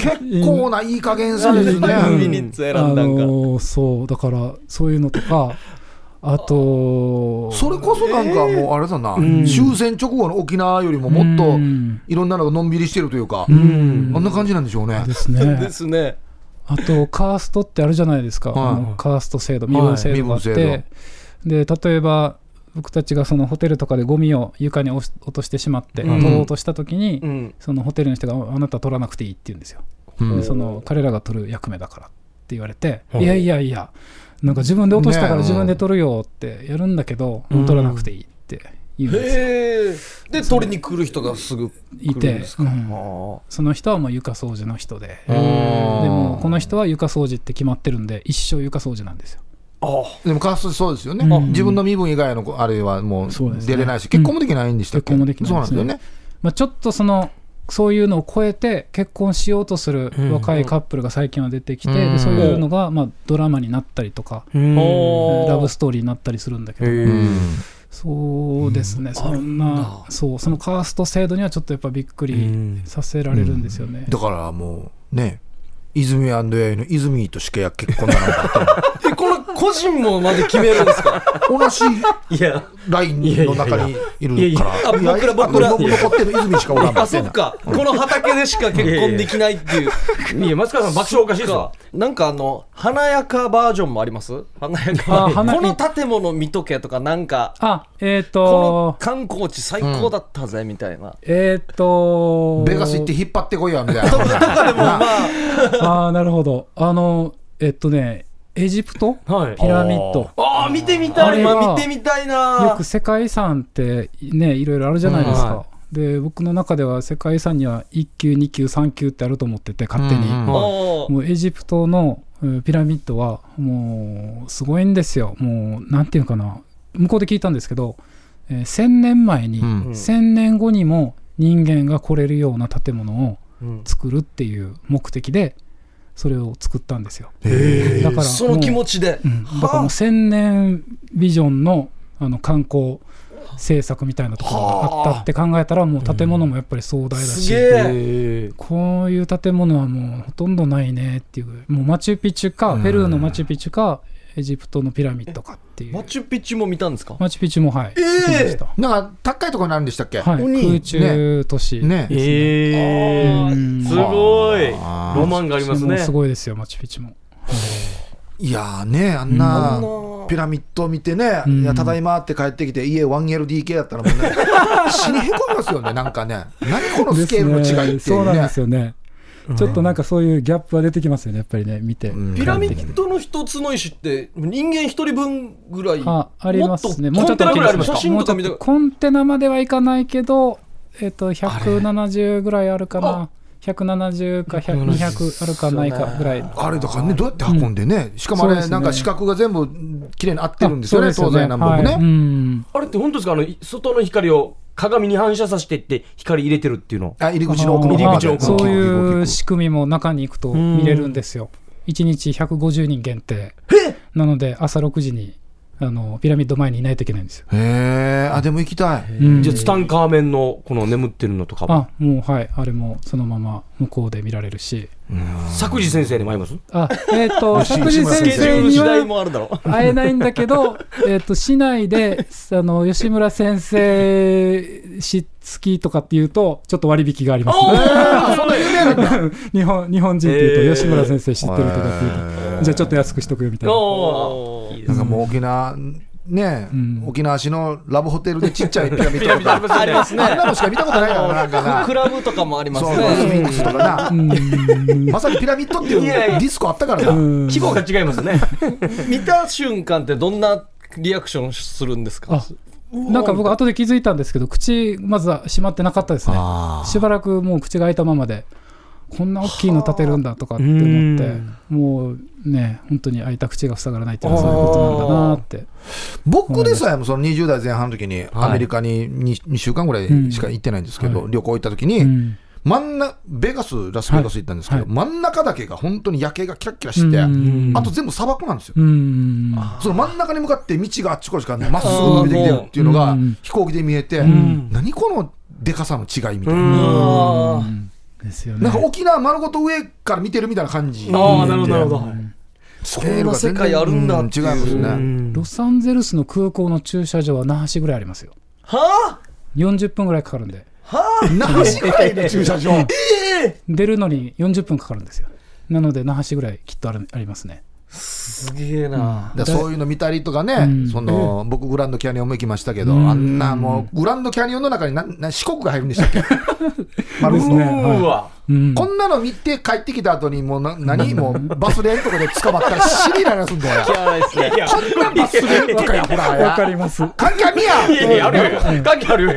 C: 結構ないい加減さですね。
A: 何ミ
E: うん
A: ニッツ選んだんか。
E: ーそうだからそういうのとかあと
C: それこそなんかもうあれだな、終戦直後の沖縄よりももっ
E: う
C: と
E: ん
C: いろんなのがのんびりしてるというか、
E: うん
C: あんな感じなんでしょうね
E: で。すね
A: ですね。
E: あと、カーストってあるじゃないですか、
C: はい
E: あのカースト制度、身分制度があって、
C: 身分
E: で例えば僕たちがそのホテルとかでゴミを床に落し落としてしまって、
A: うん
E: 取ろうとしたときに、
A: うん。
E: そのホテルの人がああなた取らなくていいって言うんですよ、
C: うん
E: でその彼らが取る役目だからって言われて、いやいやいや、なんか自分で落としたから
C: ねえ
E: 自分で取るよってやるんだけど、
B: うん
E: 取らなくていいって言うんですよ、
A: へえ。で、取りに来る人がすぐ来
E: い
A: るん
E: て
A: です、
E: う
A: か。
E: ん
A: あ
E: その人はもう床掃除の人で。
B: で
E: でもこの人は床掃除って決まってるんで一生床掃除なんですよ
A: あ。
C: でもカーストそうですよね、
E: うん
C: 自分の身分以外のあれはもう
E: そうですね
C: 出れないし、結婚もできないんでしたっけ、
E: うん結婚もできないですね
C: そうなんです
E: まあ、ちょっとそのそういうのを超えて結婚しようとする若いカップルが最近は出てきて、
B: うん
E: でそういうのがまあドラマになったりとか、
A: おー
E: ラブストーリーになったりするんだけど、
C: よね。
E: そうですね、そんなそうそのカースト制度にはちょっとやっぱびっくりさせられるんですよね。
C: だからもうね、泉やいの泉としけや結婚だなんか
A: え、この
E: *laughs*
A: 個人もまで決めるんですか
C: と同じ
B: いや
C: ラインの中にいるから、
A: やいやいやいやいやいやあ僕ら僕ら
C: あの僕残ってる泉しかおらん
A: あ、そっか。この畑でしか結婚できないっていう。
B: いや松川さん爆笑おかしいですわ
A: なんかあの華やかバージョンもあります華やか
E: あ華
A: この建物見とけとかなんか
E: あえっ、
A: この
E: と
A: 観光地最高だったぜみたいな、
E: えっ、と
C: ベガス行って引っ張ってこいやみたいな。な
E: ああなるほどあのえっとねエジプト
B: はい
E: ピラミッド
B: ああ見てみ
A: あ
B: たい
A: れ
E: あれ
A: 今
E: は
A: 見てみたい
E: よ
A: な
E: く世界遺産ってねいろいろあるじゃないです
B: うん
E: か
B: は、
E: で僕の中では世界遺産には1級2級3級ってあると思ってて勝手に、
C: うんうん
A: おー
E: もうエジプトのうんピラミッドはもうすごいんですよもうなんていうのかな向こうで聞いたんですけど、えー1000年前に、
C: うん
E: 1000年後にも人間が来れるような建物を作るっていう目的でそれを作ったんですよ、だから
A: その気
E: もう
A: 持ちで、
E: うんだからもう千年ビジョンのあの観光政策みたいなところがあったって考えたらもう建物もやっぱり壮大だ
A: す
E: し、
A: げえ
E: こういう建物はもうほとんどないねっていうもうマチュピチュかペルーのマチュピチュかエジプトのピラミッドかってい
A: マ
E: う
A: チュピチュも見たんですか
E: マチュピチュもはい、行きました
C: なんか高いところになるんでしたっけ、
E: はい、
A: 鬼
E: 空中都市、
C: ね
B: え。え
E: うん
B: すごい
C: あー
B: ロマンがあります
E: もう
B: ね
E: すごいですよマチュピチュも
C: いやーね、あんなピラミッド見てね、
E: ん
C: いやただいまって帰ってきて、家 1LDK だったらもう
E: *laughs*
C: ね、死にへこみますよね、なんかね、何このスケールの違いってい
E: そう
C: う
E: なんで
C: ね
E: す。よねちょっとなんかそういうギャップは出てきますよねやっぱりね見て、
C: うん
A: ピラミッドの一つの石って人間一人分ぐらい
E: あありますね
A: もっとコンテナぐらいあります
E: も
A: 写
E: うち
A: 真
E: ょ
A: と
E: っと
A: か
E: 大き
A: 見
E: いで
A: た
E: すコンテナまではいかないけどえっと170ぐらいあるかな170か100 200あるかないかぐらい
C: あれだからね、どうやって運んでね、しかもあ
E: そうで
C: れ、
E: すね
C: なんか四角が全部綺麗に合ってるんですよね、
E: あそ
C: 東
E: うで
C: 西
E: す
C: 南北も
E: はい、う
C: ね。
E: ん
B: あれって本当ですかあのい外の光を鏡に反射させてって光入れてるっていうの
C: あ入り口の奥の
B: 入り口の奥
E: そ
B: の
E: ういう
C: し
E: 仕組みも中に行くと見れるんですよ1日150人限定なので朝6時にあのピラミッド前にいないといけないんですよ、
C: へえ、あ、でも行きたい。
E: うん
B: じゃあツタンカーメンのこの眠ってるのとかも
E: あもうはいあれもそのまま向こうで見られるし
B: 作治先生に参ります
E: あえっ、
A: *laughs*
E: と
C: 吉村
E: 作治
A: スケ
E: 先
A: ジュー
E: 生
A: ル
E: に
A: 時代
E: は
A: もあるだろう
E: 会えないんだ
B: *laughs*
E: けどえっと市内であの吉村先生し付きとかっていうとちょっと割引がありますね *laughs* 日本日本人っていうと吉村先生知ってるとかっていうとじゃあちょっと安くしとくよみたいな
B: おーいいです
C: なんかもう沖縄、ね
E: ん
C: 沖縄市のラブホテルでちっちゃいピラミ
B: ピラミッ
C: ッ
B: ド
C: ド
B: あり
C: み
B: ますよ
A: ますね
C: あ
B: ね
E: *laughs*
C: んなのしか見たことないからな、なんかな。
A: クラブとかもあります
C: そう、スフィ
A: ね
C: ンクスとか
E: う
C: な。
E: ん
C: まさにピラミッドっていう
B: い
C: デ
B: やいや
C: ィスコあったからな。
E: うん
B: 規模が違いますね
A: 見た瞬間ってどんなリアクションするんですか
E: あなんか僕後で気づいたんですけど口まずは閉まってなかったですね
C: あー
E: しばらくもう口が開いたままでこんな大きいの立てるんだとかって思って
B: うん
E: もうね本当に開いた口が塞がらないっていうのはそういうことなんだなって
C: 僕でさえもその20代前半の時に、アメリカに 2, 週間ぐらいしか行ってないんですけど、旅行行った時に、
E: うん
C: 真ん中、ベガス、ラスベガス行ったんですけど、
E: はい
C: 真ん中だけが本当に夜景がキラッキラして、
E: うん
C: あと全部砂漠なんですよ。
E: うん
C: その真ん中に向かって道があっちこっちからまっすぐ伸びてきてるっていうの
E: う
C: が
E: ん
C: 飛行機で見えて、
E: ん
C: 何このでかさの違いみたいな、
B: あ
E: ですよ
C: な
E: ね
C: んか沖縄丸ごと上から見てるみたいな感じ
B: ーあーなるほどなるほど
C: そ
A: んな世界あるんだって
C: 違
A: い
C: いうます
B: う
C: ね
B: ん
E: ロサンゼルスの空港の駐車場は那覇市ぐらいありますよ
A: は
E: 40分ぐらいかかるんで
C: 那覇市ぐらいの駐車場
E: 出るのに40分かかるんですよなので那覇市ぐらいきっとあるありますね
A: すげえな
C: でそういうの見たりとかね、
E: ん
C: その僕、グランドキャニオンも行きましたけど、あんなもう、グランドキャニオンの中になんなん四国が入るんでしたっけ、丸ごと
E: ですねはいう
B: わ
E: うん
C: こんなの見て帰ってきた後に、もうな何、もうバスレーンとかで捕まったら、死になりますんだよ。こんなバスレーンとかや、ほら、
E: わかります
C: 関係あみ
B: いや
C: や
B: いやあるよ関係あるよ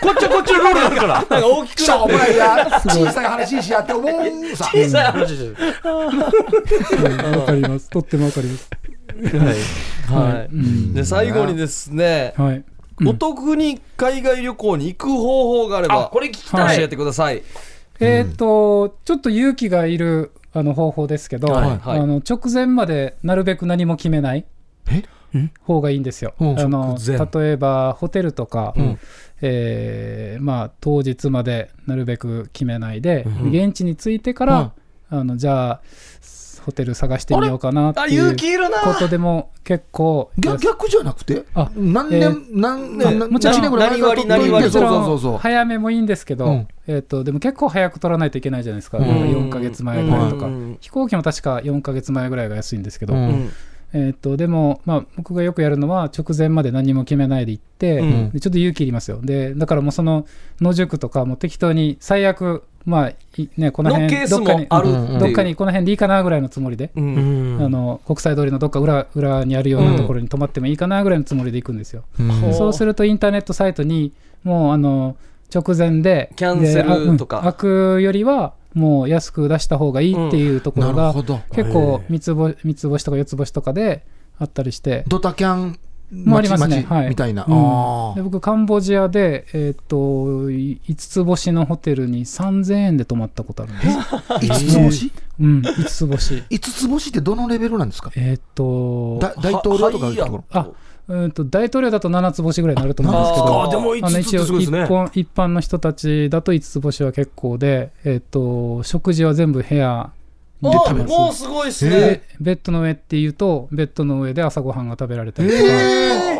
B: こっちはこっちのルールだから
A: なんか大きく
C: しょうもないや、小さい話しやって思うさ。
B: 小さい話ですよ
E: うんわかりますとってもわかります
A: はいで最後にですね
E: はい
A: お得に海外旅行に行く方法があれば
B: あこれ聞き
A: 教
B: た
A: え
B: い
A: てください
E: えーっと、ちょっと勇気がいるあの方法ですけど、
A: はいはい
E: あの直前までなるべく何も決めない方がいいんですよ。あ
A: ん
E: の
A: 直
E: 例えばホテルとか、えーまあ、当日までなるべく決めないで、現地に着いてから、あのじゃあホテル探してみようかなって
A: あ
E: いう
A: 勇
E: こ
A: 気いるな
E: とでも結構
C: 逆逆じゃなくて
E: あ、
C: 何
E: え
C: 年、
E: ー
C: 何
A: ね
C: 年、
E: もちろん
C: 何年ぐらい前から取っ
A: 何
C: と
A: 割何
C: いて
E: も
A: 割
E: ち
C: そう
E: ろ
C: そうそうんそう。
E: 早めもいいんですけど、
C: うん
E: えー、とでも結構早く取らないといけないじゃないですか,、なんか4か月前ぐらいとか、
A: うん
E: 飛行機も確か4か月前ぐらいが安いんですけど、
C: うん
A: うん
E: えー、とでも、まあ、僕がよくやるのは直前まで何も決めないで行って、
A: うん
E: でちょっと勇気いりますよでだからもうその野宿とかもう適当に最悪まあいねこの
A: のケー
E: 辺
A: ス
E: どっか
A: も
E: に
A: ある
E: うん
A: っていう
E: どっかにこの辺でいいかなぐらいのつもりで、
A: うん
E: あの国際通りのどっか裏裏にあるようなところに泊まってもいいかなぐらいのつもりで行くんですよ。
A: うん
E: そうするとインターネットサイトにもうあの直前で
A: キャンセル
E: であうん
A: とか
E: 開くよりはもう安く出した方がいいっていうところ
C: なる
E: が
C: ほど
E: 結構三つ星三つ星とか四つ星とかであったりして。
C: ドタキャン
E: もあり
C: 町
E: ますね、
C: 町
E: はい、
C: みたいな。
E: うん
C: あ
E: で僕カンボジアで、えーっと5つ星のホテルに3000円で泊まったことあるんです、
C: あ。五つ星
E: うん、5つ星
C: 五つ星ってどのレベルなんですか
E: えーっと
C: だ大統領とかいうところ。
E: あうんと大統領だと7つ星ぐらいになると思うんですけど、
B: あーでも
E: あ
B: 5つ
E: の
B: って
E: 一
B: すごい
E: 応
B: で
E: 一
B: すね
E: 般一般の人たちだと5つ星は結構で、えっと食事は全部部屋で
A: お
E: 食べ
A: も
E: ま
A: う
E: す
A: すごいっす
E: で
A: ね
E: ベッドの上っていうとベッドの上で朝ごはんが食べられたりとか、
C: え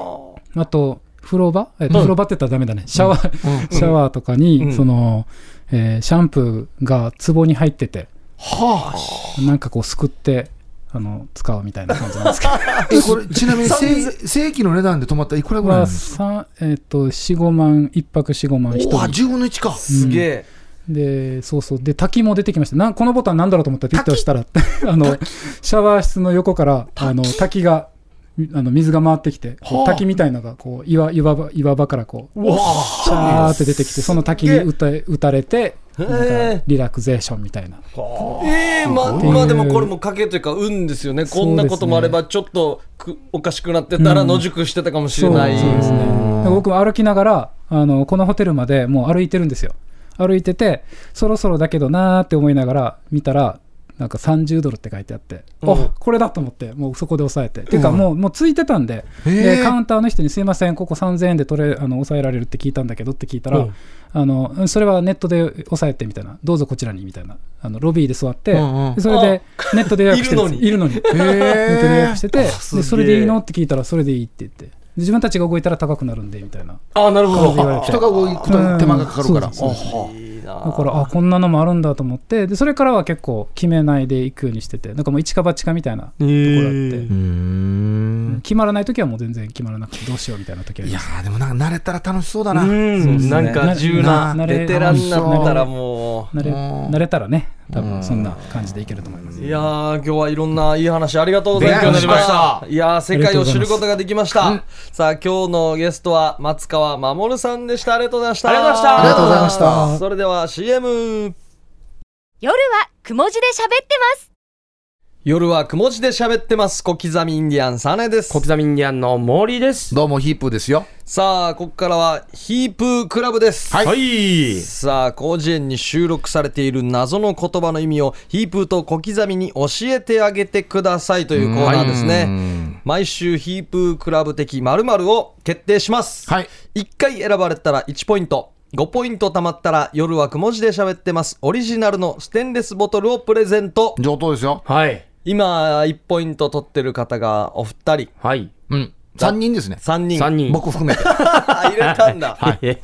E: あと風呂場、えっと風呂場って言ったらダメだねシャワー、シャワーとかに、
A: うん
E: そのえーシャンプーが壺に入っててなんかこうすくってあの使うみたいな感じなんですけど
C: え
A: *laughs*
C: これちなみに正正規の値段で泊まったらいくらぐらいなん
E: は
C: ですか
E: さんえっと45万一泊45万一
C: おわ
E: 人
C: 10分の1か。
A: すげえ
E: で、そうそう。で、滝も出てきました。なこのボタンなんだろうと思ったらピッと押したら、 *laughs* あの、シャワー室の横から、あの、滝が、あの水が回ってきて、こう
B: はあ
E: 滝みたいなのがこう岩岩場岩場からこう
B: うわ
E: シャーって出てきてその滝に打た打たれて
A: へえ
E: なんかリラクゼーションみたいな
A: ええまあ、
E: ていう
A: まあでもこれも賭けというか運ですよねこんなこともあればちょっとくおかしくなってたら
E: うん
A: 野宿してたかもし
E: そ
A: れ
E: う
A: ない、
E: そうですねで僕も歩きながらあのこのホテルまでもう歩いてるんですよ歩いててそろそろだけどなーって思いながら見たらなんか30ドルって書いてあって、あこれだと思ってもうそこで押さえて、っていうかもうもうついてたんで
C: へ
E: で
C: ー
E: カウンターの人にすいませんここ3000円で取れあの抑えられるって聞いたんだけどって聞いたら、
B: うん
E: あのうんそれはネットで抑えてみたいなどうぞこちらにみたいなあのロビーで座って、
C: うんうん
E: でそれでネットで予約してるんですいるのに
C: へ
E: ネットで予約してて、で
B: すげえ
E: それでいいのって聞いたら、それでいいって言って、で自分たちが動いたら高くなるんで、みたいな。
B: ああ、なるほど。
C: 人が動くと手間がかかるから
E: うんそうです
C: あはい
A: いな
E: だから、あ、こんなのもあるんだと思って、でそれからは結構決めないで行くようにしてて、なんかもう一か八かみたいなところあって、
B: へ
C: うーん
E: 決まらないときはもう全然決まらなくて、どうしようみたいなときはいり
C: や
E: ます
C: ーでもなんか慣れたら楽しそうだな、
B: うん、なんか柔軟。
E: な
A: ベテランになったらも
E: 慣れ
C: うん
E: 慣れたらね、多分そんな感じでいけると思います
A: う。いやー今日はいろんないい話ありがとうございました
C: 勉強になりま
B: した
A: いやー世界を知ることができましたさあ今日のゲストは松川守さんでしたありがとうございました
B: ありがとうございました
C: ありがとうございました
A: それでは CM
D: 夜はくも字で喋ってます。
A: 夜はくも字で喋ってます小刻みインディアンサネです
B: 小刻みインディアンの森です。
C: どうもヒープーですよ
A: さあここからはヒープークラブです
C: はい
B: い
A: さあ広辞苑に収録されている謎の言葉の意味をヒープーと小刻みに教えてあげてくださいというコーナーです
C: う
A: ね
C: ん
A: 毎週ヒープークラブ的〇〇を決定します、
C: はい
A: 1回選ばれたら1ポイント5ポイント貯まったら夜はくも字で喋ってますオリジナルのステンレスボトルをプレゼント
C: 上等ですよ
B: はい。
A: 今1ポイント取ってる方がお二人
B: はい。
C: うん3人ですね
A: 3人
B: 3人。
C: 僕含めて
A: *laughs* 入れたんだ、
B: はい。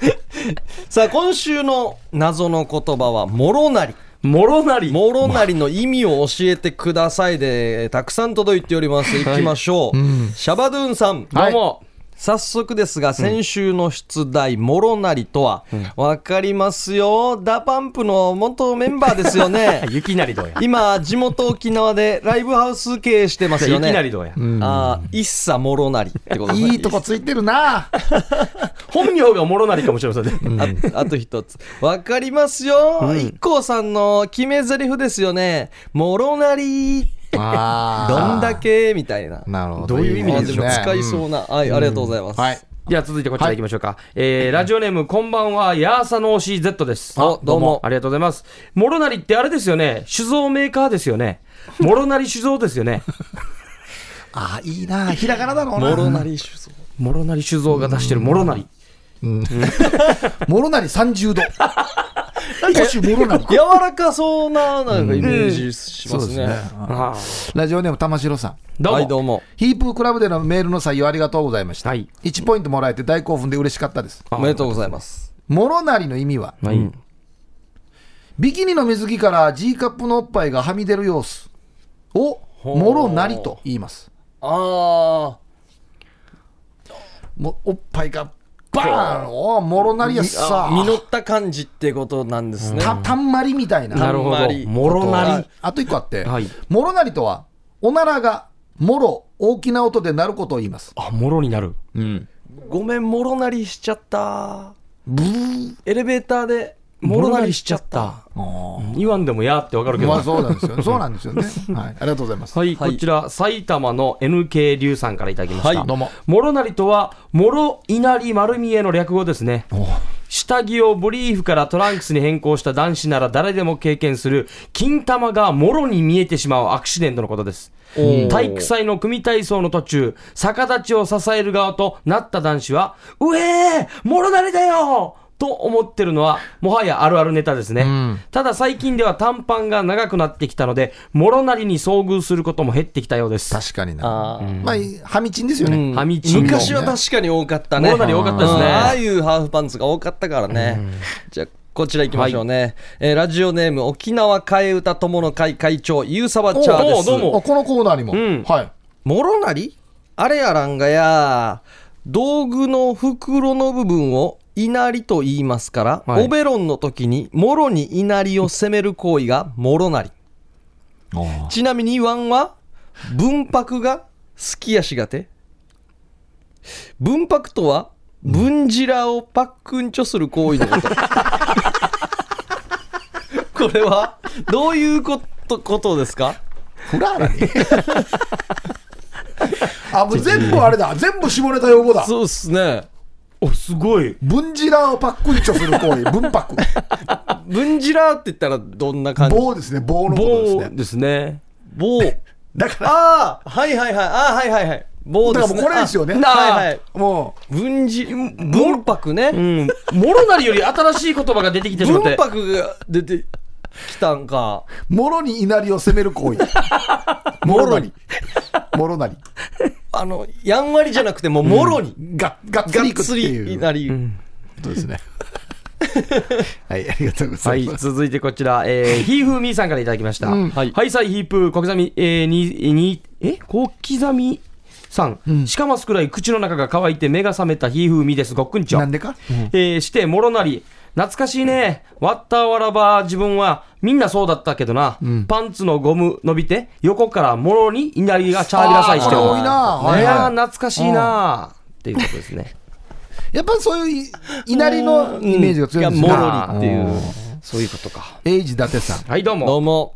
A: さあ今週の謎の言葉は「もろなり」
B: *laughs* もろなり。
A: もろなりの意味を教えてくださいで、えーたくさん届いております。いきましょう。シャバドゥンさん。
B: どうも。。
A: 早速ですが、先週の出題、もろなりとは、わ、かりますよ。ダパンプの元メンバーですよね
B: 雪なりどうや。
A: 今、地元沖縄でライブハウス経営してますよね。
B: 雪なりどうや。
A: ああ、一茶もろなりってことですね
C: いいとこついて
A: *laughs*
C: るな
B: 本名がもろなりかもしれませんね。
A: ああと一つ。わかりますよ。一光さんの決め台詞ですよね。もろなり。
C: あー
A: どんだけみたいな。
C: なるほど
B: どういう意味なんでしょう
C: いいすね
A: 使いそうな、はい、ありがとうございます。
C: はい
B: じゃあ続いてこちら行きましょうか。えーラジオネーム、こんばんは、ヤーサノーシー Z です。
A: あどうも
B: ありがとうございます。もろなりってあれですよね。酒造メーカーです
A: *laughs*
B: よね。もろなり酒造ですよね。
C: ああいいなひらがなだろう
A: も
C: な
A: ろなり酒造。
B: もろなり酒造が出してるもろな
A: *laughs*
B: り。
C: もろなり30度 *laughs* 腰もろなり
A: 柔らかそうな、なんかイメージしますね。
B: ああ
C: ラジオネーム玉城さん
B: どうも。
A: はい、どうも。
C: ヒープークラブでのメールの採用ありがとうございました、
B: はい
C: 1ポイントもらえて大興奮で嬉しかったです
A: おめでとうございます。
C: もろなりの意味は
B: はい。
C: ビキニの水着から G カップのおっぱいがはみ出る様子をもろなりと言います
A: あ
C: もうおっぱいがバーンおーもろなりやっさ
A: あ、実った感じってことなんですね。
C: たたんまりみたいな
B: なるほ
A: たんま
B: ど。
A: り
B: もろなり。
C: あと一個あって、
B: はい
C: もろなりとはおならがもろ大きな音で鳴ることを言います
B: あ、もろになる。
A: ごめん、もろなりしちゃった。
C: ブー
A: エレベーターで、もろなりしちゃった。
B: 言わんでもやーってわかるけど
C: まあ。そうなんです
A: *laughs*
C: よねそうなんですよね、はい、ありがとうございます、
B: はい、
A: はい
B: こちら、埼玉の NK 龍さんからいただきました。
A: はい
C: どうも。
B: もろなりとは、もろいなり丸見えの略語ですね。下着をブリーフからトランクスに変更した男子なら誰でも経験する、金玉がもろに見えてしまうアクシデントのことです。体育祭の組体操の途中、逆立ちを支える側となった男子は、うえーもろなりだよと思ってるのは、もはやあるあるネタですね。ただ最近では短パンが長くなってきたので、もろなりに遭遇することも減ってきたようです。
C: 確かにな
A: あー
C: まあはみちんですよね、
A: うん
B: ハミチンの
A: 昔は確かに多かったね。
B: もろなり多かったですね
A: うんああいうハーフパンツが多かったからね。じゃあ、こちら行きましょうね。えーラジオネーム、沖縄替え歌友の会会長、ゆうさばちゃーで
B: おう
A: す。
B: どうも
C: あこのコーナーにも、
B: ん
C: はい
A: もろなりあれやらんがや、道具の袋の部分を稲荷と言いますから、
B: はい
A: オベロンの時にもろに稲荷を責める行為がもろなりちなみに言わんは文白が好きやしがて文白とは文じらをパックンチョする行為のこと *laughs* これはどういうことことですか
C: フラーラに。
A: *laughs*
C: あ、もう全部あれだ。全部下ネタ用語だ。
A: そうですね
B: おすごい
C: 文字ラーをパックリチョする行為。文パ
A: *laughs*
C: ク。
A: 文じらって言ったらどんな感じ
C: 棒ですね。棒のことです
B: 棒
C: ね。
B: ですね
A: 棒
C: だか
A: *laughs*
C: ら、
A: ああはいはいはいああはいはいはい棒ですね
C: だからもうこれですよね
A: あはいはい
C: も
A: 文じ文白ね、
B: うんもろなりより新しい言葉が出てきてしまっ
A: 文
B: て
A: 白が出てきたんか
C: う、もろに稲荷を責める
A: *laughs*
C: 行為。もろに。もろなり。
A: あのやんわりじゃなくてもうもろに、
C: ががっつ
A: がっ
C: りいくって
A: つり
C: い
A: いう
C: こ
A: なり、
C: とですね。 *laughs* はい、ありがとうござ
B: はいい、
C: ます。
B: 続いてこちら、えー、ひーふーみーさんからいただきました。
C: うん
B: はい、はい、さい、ヒープー、小刻み、えー、に、に、え、小刻みさん、しかますくらい口の中が乾いて目が覚めたひーふーみーです。ごっくんちょ。
C: なんでか
B: えー、して、もろなり、懐かしいね。わったわらば、自分は、みんなそうだったけどな、パンツのゴム伸びて、横からもろに稲荷がチャービラサイして
C: あーこ
B: お
C: れ多いなはいいはい
B: やー、懐かしいなっていうことですね。
C: やっぱりそういうい稲荷のイメージが強いんで
A: うん
C: すね
A: いやもろ
B: りっていう
C: あー
B: そういうことか。
C: エイジ伊達さん。
B: はい、どうも。
A: どうも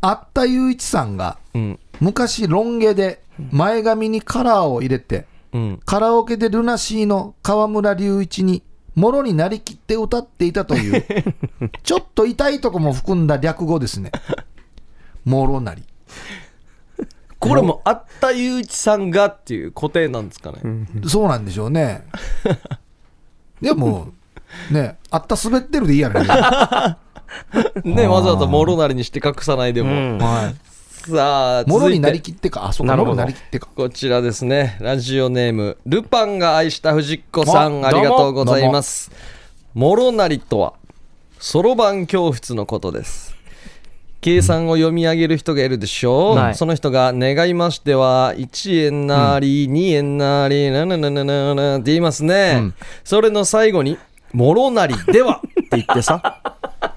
C: あったゆういちさんが、
A: うん
C: 昔ロン毛で前髪にカラーを入れて、
A: うん
C: カラオケでルナシーの河村隆一にもろになりきって歌っていたと
B: *laughs*
C: いうちょっと痛いとこも含んだ略語ですねもろなり
A: これもあったゆういちさんがっていう固定なんですかね、
C: そうなんでしょう
B: *laughs*
C: ねでもねあった滑ってるでいいやね、
B: *laughs*
C: は
A: ねわざわざもろなりにして隠さないでも、
B: うん
A: さあ
C: い、もろ
A: 続い
C: になり
A: て
C: きってかあそう
B: な
C: か
B: る
C: も
B: ほ
C: ろ
B: ど
C: になりきってか
A: こちらですねラジオネームルパンが愛した藤子さん
B: あ
A: ありがとうございますもろなりとはそろばん教室のことです計算を読み上げる人がいるでしょう、
B: はい
A: その人が願いましては1円なり、2円なりななななななって言いますね、それの最後に「もろなりでは」って言ってさ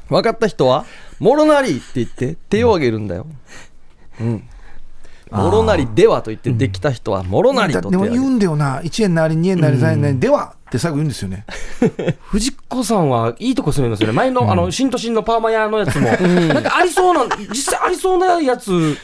A: 分かった人は「もろなり」って言って手を挙げるんだよ、うん、もろなりではと言ってできた人は「もろなり」
C: だ
A: と手
C: で
A: を挙げ
C: も
A: る
C: 言うんだよな1円なり2円なり3円なりではって最後言うんですよね
B: 藤子さんはいいとこ攻めますよね。前の、あの、新都心のパーマ屋のやつも、なんかありそうな、実際ありそうなやつに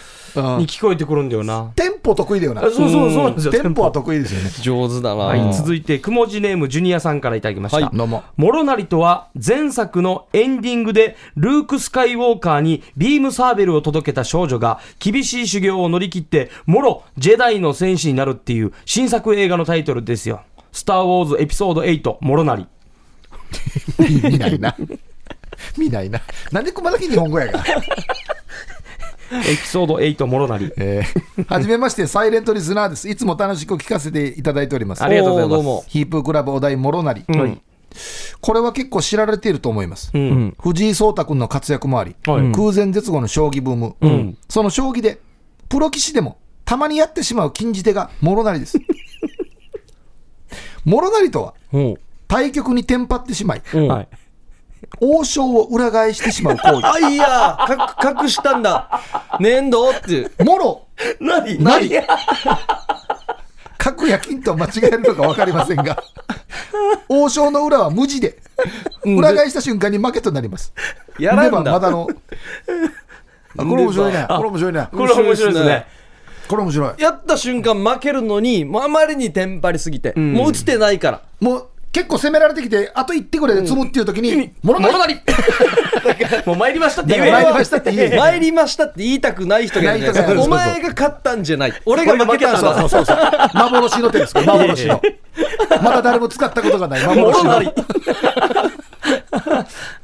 B: 聞こえてくるんだよな。
C: テンポ得意だよな
B: あそうそうそうなんですよ。
C: テンポは得意ですよね
A: 上手だな、
B: はい、続いて、くもじネームジュニアさんからいただきました。
C: どうも
B: もろなりとは前作のエンディングでルーク・スカイウォーカーにビームサーベルを届けた少女が厳しい修行を乗り切ってもろジェダイの戦士になるっていう新作映画のタイトルですよ「スター・ウォーズエピソード8もろなり
C: *laughs* 見ないな。見ないな。なんでこんだけ日本語
B: *laughs*
C: やが。」
B: エピソード8もろなり
C: えーはじめまして、サイレントリスナーです。いつも楽しく聞かせていただいております
B: あ。りがとうございます
A: おーどうも
C: ヒープークラブお題もろなり、
B: はい
C: これは結構知られていると思います。
B: うん
C: 藤井聡太君の活躍もあり、
B: はい
C: 空前絶後の将棋ブーム、
B: ん
C: その将棋で、プロ棋士でもたまにやってしまう禁じ手がもろなり
B: *laughs*
C: です。もろなりとは、
A: うん
C: 対局にテンパってしまい、
A: うん
B: はい
C: 王将を裏返してしまう行為。
A: あいやかく隠したんだ粘土 *laughs* って
C: もろ
B: 何
C: なり各夜勤と間違えるのか分かりませんが王将の裏は無地で
A: うん
C: 裏返した瞬間に負けとなります
A: やらんだ
C: ばまだのあこれ面白いねこれ面白いね
B: これ面白いですね
C: これ面白い
A: やった瞬間負けるのにもうあまりにテンパりすぎて、もう打つてないから
C: もう結構攻められてきてあと1手ぐらいで積むっていう時に「もろなり!」
B: *laughs* もう参りましたって言え
C: だから参りましたって言えよ
A: 参りましたって言いたくない人がいるじゃないですかお
C: ない
A: 前が勝ったんじゃない俺が負けたんだ
C: そうそうそう *laughs* 幻の手ですこれ幻のまだ誰も使ったことがない
B: も
C: 幻
B: ろな
C: の
B: り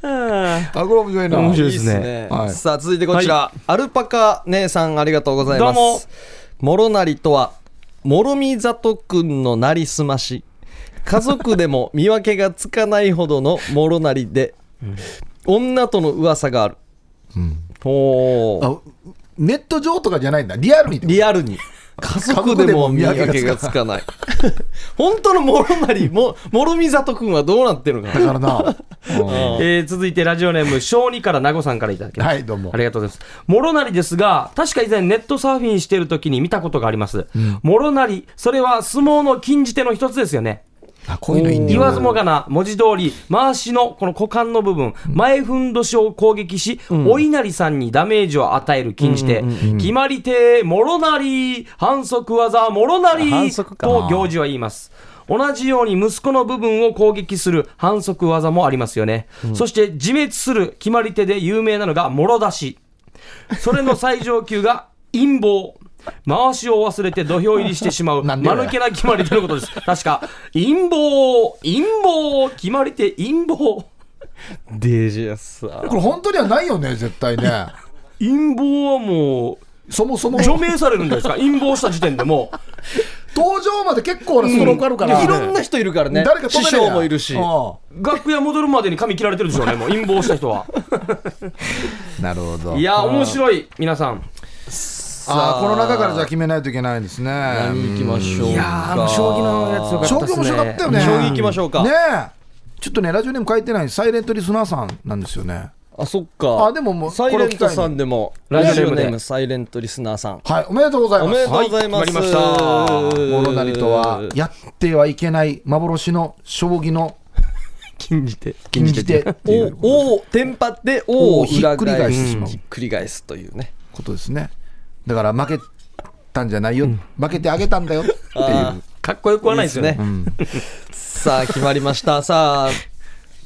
C: あこれ面白いな
B: 面白
A: い
B: い
A: いです
B: で
A: す
B: ね
A: ね、
C: はい
A: さあ続いてこちら、アルパカ姉さんありがとうございます
B: どうも
A: もろなりとはもろみざとくんのなりすまし家族でも見分けがつかないほどのもろなりで、女との噂がある、ほう
C: あネット上とかじゃないんだリアルにってこと
A: リアルに家族でも見分けがつかない本当の諸成も諸見里君はどうなってる
C: *laughs*
A: のか
C: だ
A: な
C: からな。
B: えー続いてラジオネーム小2から名護さんからいただきます、
C: はいどうも
B: ありがとうございます諸成ですが確か以前ネットサーフィンしてる時に見たことがあります、諸成それは相撲の禁じ手の一つですよね
C: あこういうのいいんだ
B: 言
C: よな
B: わずもがな文字通り回しのこの股間の部分前ふんどしを攻撃し、お稲荷さんにダメージを与える禁じ手、決まり手諸成反則技諸
A: 反
B: 成
A: 則か
B: と行事は言います同じように息子の部分を攻撃する反則技もありますよね、そして自滅する決まり手で有名なのが諸出しそれの最上級が陰謀。回しを忘れて土俵入りしてしまう、
C: な
B: 間
C: んでだよ
B: 抜け *laughs* な決まり手のことです。確か、陰謀、陰謀、決まり手、陰謀。
A: デージャスさ
C: これ本当にはないよね、絶対ね。
B: 陰謀はも
C: そもそも
B: う、除名されるんじゃないですか、陰謀した時点でも
C: 登場まで結構なストロークあるから。
A: いろんな人いるからね
C: 誰か止
A: 師
C: めなきゃ
A: 匠もいるし
C: う
B: う、楽屋戻るまでに髪切られてるでしょうね、もう陰謀した人は。
C: んなるほど。
B: いや、面白い、皆さん。
C: ああ、この中からじゃあ決めないといけないんですね。
A: 行きましょうい
B: いやー、あの将棋のやつよかった
C: 将
B: です
C: 棋
B: ね。
C: 面白かったよね。
A: 将棋行きましょうか
C: ねえ。ちょっとね、ラジオネーム書いてないサイレントリスナーさんなんですよね。
A: あそっか
C: あでももう
A: サイレントさんでも
B: これを機会
A: ラ
B: に
A: ジオネ
B: ラジオネ
A: ー
B: ーム
A: ムサイレントリスナーさん
C: はい、おめでとうござい
A: お
C: ま。
A: めですとうございます、
B: はい決まり
C: モロナリとはやってはいけない幻の将棋の
B: *laughs* 禁じ手。
C: 禁じ手っていうこ
A: おおテンパってお
C: を
A: を
C: ひっくり返してしまう
A: ひっくり返すというね
C: とことですね。だから負けたんじゃないよ、負けてあげたんだよっていう。
B: かっこよくはないですよね。
A: さあ決まりました *laughs* さあ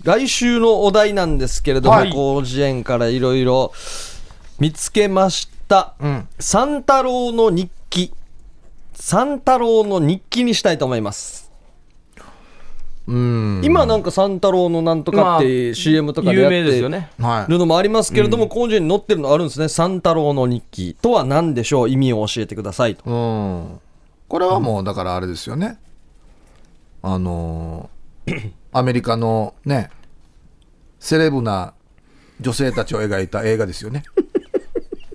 A: 来週のお題なんですけれども、
B: はい
A: 広辞苑からいろいろ見つけました、
C: ん
A: 三太郎の日記三太郎の日記にしたいと思います
C: うん。
A: 今なんか三太郎のなんと
B: ま
A: か
B: あ
A: って CM とかでや
B: 有
A: っ
B: 名ですよ
A: て
B: ね。
C: はい。
A: るのもありますけれども、広辞苑に載ってるのあるんですね三太郎の日記とは何でしょう意味を教えてくださいと
C: うん。これはもうだからあれですよね。あのー *clears throat* アメリカのね、セレブな女性たちを描いた映画ですよね。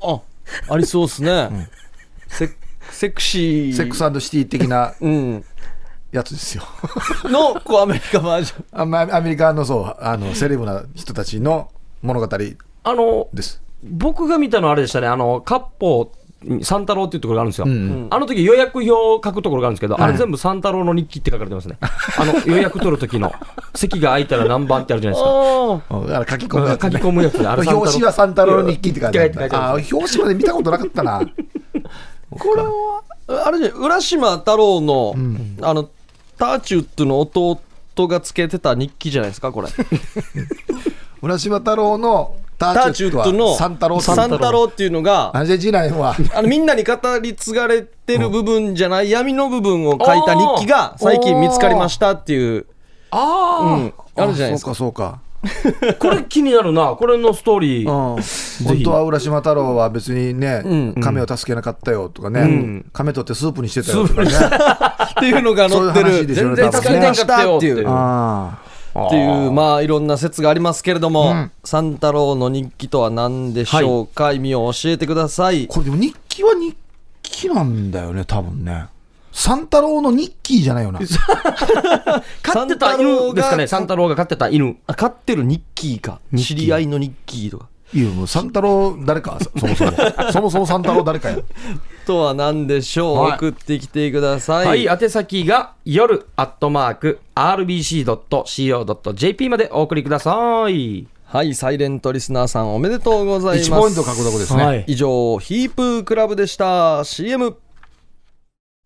A: あありそうですね、セセクシー
C: セックスシティ的な
A: うん、
C: やつですよ。
A: のこうアメリカバージョン
C: あまあアメリカのそう、あの、セレブな人たちの物語で
B: あの、
C: す。
B: 僕が見たのはあれでしたね、あの、割烹三太郎っていうところがあるんですよ。
C: ん
B: あの時予約表を書くところがあるんですけど、あれ全部三太郎の日記って書かれてますね。あの、 *laughs* 予約取る時の、席が空いたら何番ってあるじゃないですか。
C: あれ書き込む
B: 書
C: やつ、ね。
B: き込むやつで、あれ
C: 表紙は三太郎の日記って書いてあ
B: あ
C: っ
B: る。
C: た。ああ
B: あ
C: ー、表紙まで見たことなかったな。これは、
A: あれじゃない浦島太郎の、あのターチュットの弟がつけてた日記じゃないですかこれタ
C: 浦島太郎のター
A: ー
C: チ
A: チュ
C: ュッ
A: ッ
C: トは
A: トの
C: 三太郎
A: 三太郎っていうのが
C: アジェジーナは、
A: あのみんなに語り継がれてる部分じゃない闇の部分を書いた日記が最近見つかりましたっていう、う
B: あ
A: ん、あるじゃないですか
C: あそうか、
B: ー、これ気になるな、これのストーリー。
C: そうか。本当は浦島太郎は別にね
A: う、
C: 亀を助けなかったよとかね
B: ん、
C: 亀取ってスープにしてたよとかね。
A: っていうのが載って
C: そういう話
A: る
C: でしょ
A: 全然使えてなかったよっていううん
C: あ
A: っていうまあいろんな説がありますけれども、三太郎の日記とは何でしょうか、意味を教えてください
C: ーこれでも日記は日記なんだよね、多分ね。三太郎の日記じゃないよな。
B: 飼ってた犬ですかね、三太郎が飼ってた犬。
A: あ飼ってるニッキーか知り合いのニッキーとか
C: いや、もう三太郎誰か、そそもそも。そもそも三太郎誰かや。
A: とは何でしょう、
B: はい
A: 送ってきてください、
B: はい、宛先が夜アットマーク RBC.CO.JP までお送りください。
A: はいサイレントリスナーさんおめでとうございます
C: 1ポイント獲得ですね。
A: 以上ヒープークラブでした CM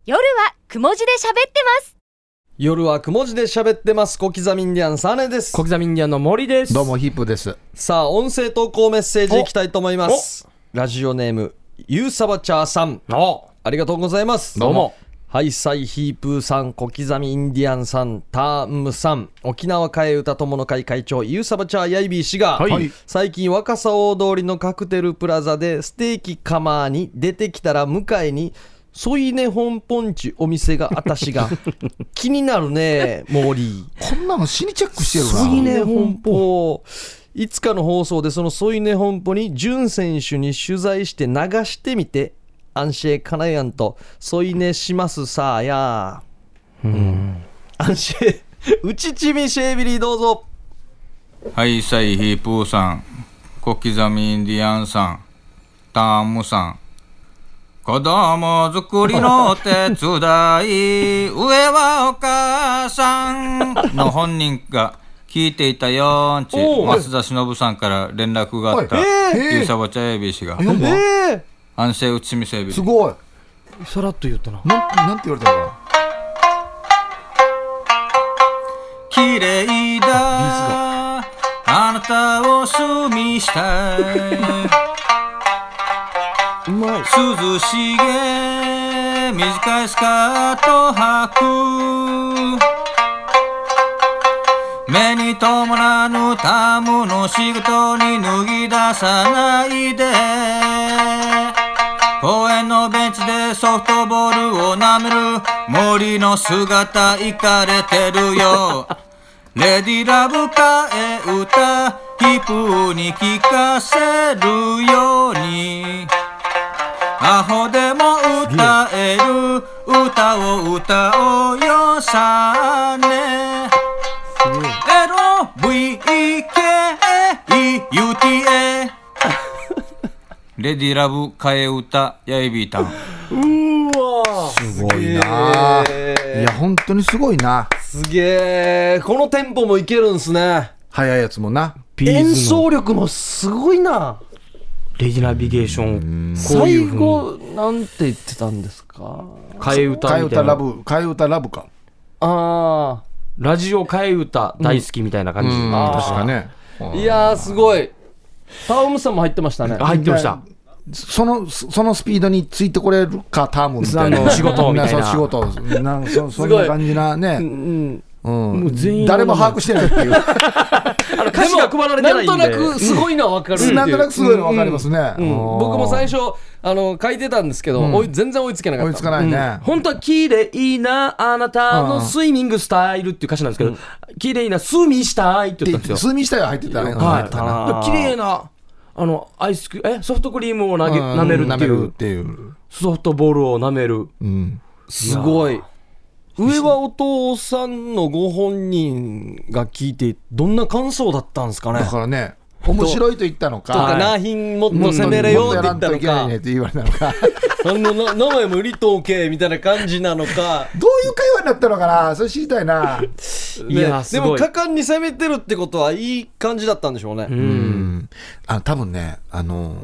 D: 夜はくも字で喋ってます。
A: 夜はくも字で喋ってます小刻みインディアンサネです
B: 小刻みインディアンの森です。
C: どうも、ヒップです。
A: さあ音声投稿メッセージいきたいと思いますラジオネームゆうさばちゃーさん
B: お
A: ありがとうございます
B: どうも
A: ハイサイヒープーさん、小刻みインディアンさん、タームさん、沖縄替え歌友の会会長、ゆうさばちゃーやいびー氏が、
B: はい
A: 最近若狭大通りのカクテルプラザでステーキカマーに出てきたら向かいに、ソイネ本ポンチお店があたし
B: *laughs*
A: が、気になるね、モーリー。
C: こんなの死にチェックしてる
A: ソイ
C: な。
A: ネ本舗いつかの放送でそのソイネ本舗に潤選手に取材して流してみてアンシェカナヤンと添い寝しますさあやー、うん、アンシェうちちみシェービリーどうぞ
F: はい、サイヒープーさん、小刻みインディアンさん、タームさん、子供作りの手伝い、上はお母さんの本人が聞いていたよーんち、
B: おう
F: 松田忍さんから連絡があった、
C: はいえー
F: ゆうさばちゃえび氏が、
C: 4番
A: え
F: 安静うちみせび
C: す。ごい
B: さらっと言ったな
C: なんなんて言われたの
F: 綺麗だ、あなたを住みしたい。
A: ー、うまい
F: 涼しげ短いスカートを履く目に伴わぬタムの仕事に脱ぎ出さないで公園のベンチでソフトボールを舐める森の姿いかれてるよレディラブ替え歌ヒップに聞かせるようにアホでも歌える歌を歌おうよさあね LOVKEUTA レディラブ替え歌やいびーたん
C: すごいなあいや本当にすごいな
A: すげえこのテンポもいけるんすね
C: 早いやつもな
B: ビ
A: 演
B: ーズの
A: 奏力もすごいな
B: レジナビゲーションこうい
A: 最
B: うふうに
A: 後なんて言ってたんですか
B: 替え歌
C: 替え
B: みた
C: 歌ラ
B: いな
C: ブ替え歌ラブか
A: あ
B: ラジオ替え歌大好きみたいな感じ
C: うん
A: あー
C: 確かね
A: あいやーすごいタオムさんも入ってましたね
B: 入ってました
C: そのそのスピードについてこれるかタームみたい
B: あ
C: な
B: の仕事みたいな
C: そう仕事なんかそそんな感じなね、
A: うん
C: うん、
B: もう全員
C: 誰も把握してないっていう
B: あの歌詞が配られてないんで
A: んとなくすごいのは分かるっていう
C: なんとなくすごいの分かりますね、
A: うん
C: うん
A: 僕も最初あの書いてたんですけど、追い全然追いつけなかった
C: 追いつかないね、
B: 本当は綺麗なあなたのスイミングスタイルっていう歌詞なんですけど、綺麗なスミしたいって言ったん
C: で
B: ですよ。
C: 数ミしたよ入ってたね、
B: はい
C: 入ってたな
A: あー
B: 綺麗なあのアイスクえソフトクリームをなげ舐めるって
C: うん舐め
B: い
C: るっ
B: う
C: ていう、
B: ソフトボールを舐める。
C: うん、
A: すごい上はお父さんのご本人が聞いてどんな感想だったんですかね
C: だからね面白いと言ったの
A: とか、
C: か
B: い
A: ナーヒンもっと
C: もっと
A: 攻めれようって言った
C: も
A: の
C: とやらんといけない
A: か
C: ねって言われたのか
A: そのな名前も売りとけみたいな感じなのか
C: どういう会話になったのかなそれ知りたい *laughs* ない
A: ね
B: やす
A: で
B: ご
A: も
B: い。
A: 果敢に攻めてるってことはいい感じだったんでしょうね、
B: うん
C: あ多分ね、あのー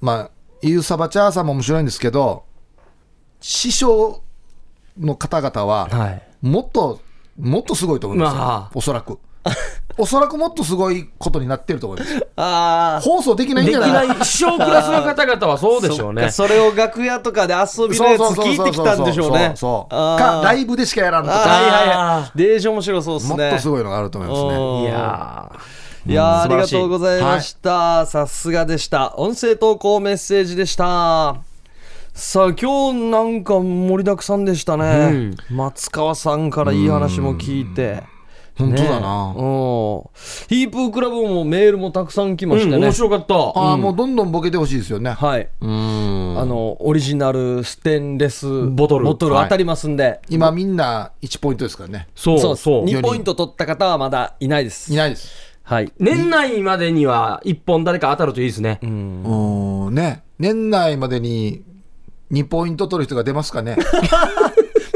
C: まあ、ゆうさばちゃーさんも面白いんですけど、師匠の方々は、
B: はい。
C: もっと、もっとすごいと思いますよ、
B: まあ
C: おそら
A: *laughs*
C: く。おそらくもっとすごいことになってると思います。
A: ああ
C: 放送できないん
B: で
C: じ
B: き
C: ゃない
B: ない師匠クラスの方々はそうでしょうね。
A: そっかそれを楽屋とかで遊びの
C: そう
A: やつ
C: そうそう
A: 聞い
C: そう
A: てきたんでしょう
C: そ
A: ね
C: うそう
A: あ
C: か
A: ー、
C: ライブでしかやらんと
A: あ
C: か、
A: ーはいはいは
B: あ
A: いデージ面白そうです
C: もっ
A: ね
C: とすごいのがあると思いますね。
A: うん
B: いやー
A: いやーあ
B: 素晴
A: り
B: ら
A: が
B: しい
A: とうございました。さすがでした。音声投稿メッセージでした。さあ今日なんか盛りだくさんでしたね、松川さんからいい話も聞いて、
C: 本当だ
A: う
C: な。
A: んヒープークラブもメールもたくさん来まし
B: うん
A: たね、
B: 面白かった。
C: ああ、もうどんどんボケてほしいですよね。
A: はい、
C: うん
A: あのオリジナルステンレス
B: ボトル
A: ボトル
C: はい
A: 当たりますんで、
C: 今みんな1ポイントですからね。
B: そう
A: そ
B: そうう
A: 2ポイント取った方はまだいないです
C: いないです。
A: はい
B: 年内までには一本誰か当たるといいですね。
C: うんね、年内までに2ポイント取る人が出ますか
A: *laughs*
C: ね、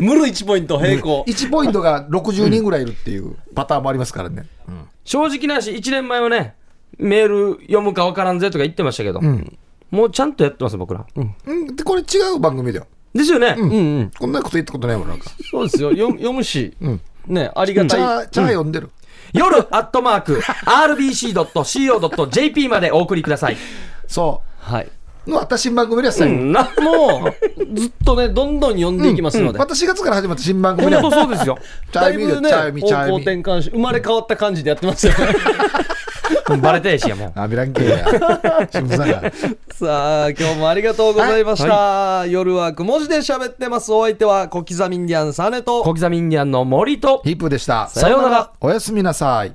A: 無ル1ポイント平行
C: 1ポイントが60人ぐらいいるっていうパターンもありますからね、
B: 正直な話、1年前はね、メール読むか分からんぜとか言ってましたけど、もうちゃんとやってます、僕ら。
C: うん、でこれ違う番組だよ、
B: ですよね、
A: うんうん
C: こんなこと言ったことないもん、なんか、
A: そうですよ
C: *laughs*
A: 読む読むし、
C: ん
A: ねありが
C: チ
A: たい
C: ャーチャー読んでる、
B: 夜アットマーク RBC.CO.JP までお送りください。
C: そ
A: はい。
C: う、の私の番組では最後、
B: な
A: もう、ずっとね、どんどん読んでいきますので。
C: また4月から始まった新番組
B: 本
C: だ
B: 当
C: よ、
B: そう *laughs* ですよ。
C: チャ
A: だ
C: ー
A: い
C: ミーだ
A: ぶね、方
C: よ、チャーミー、チャー
A: 向
C: ミー、
A: 転換し、生まれ変わった感じでやってますよね。
B: バレてえしや、もう。
C: あ、見らんけや、
A: *laughs*
C: 新聞さんが。
A: さあ、今日もありがとうございました。夜はくも字で喋ってます。お相手は、小刻みインディアンサネと、
B: 小刻みインディアンの森と、
C: ヒップでした、
B: さようなら。
C: おやすみなさい。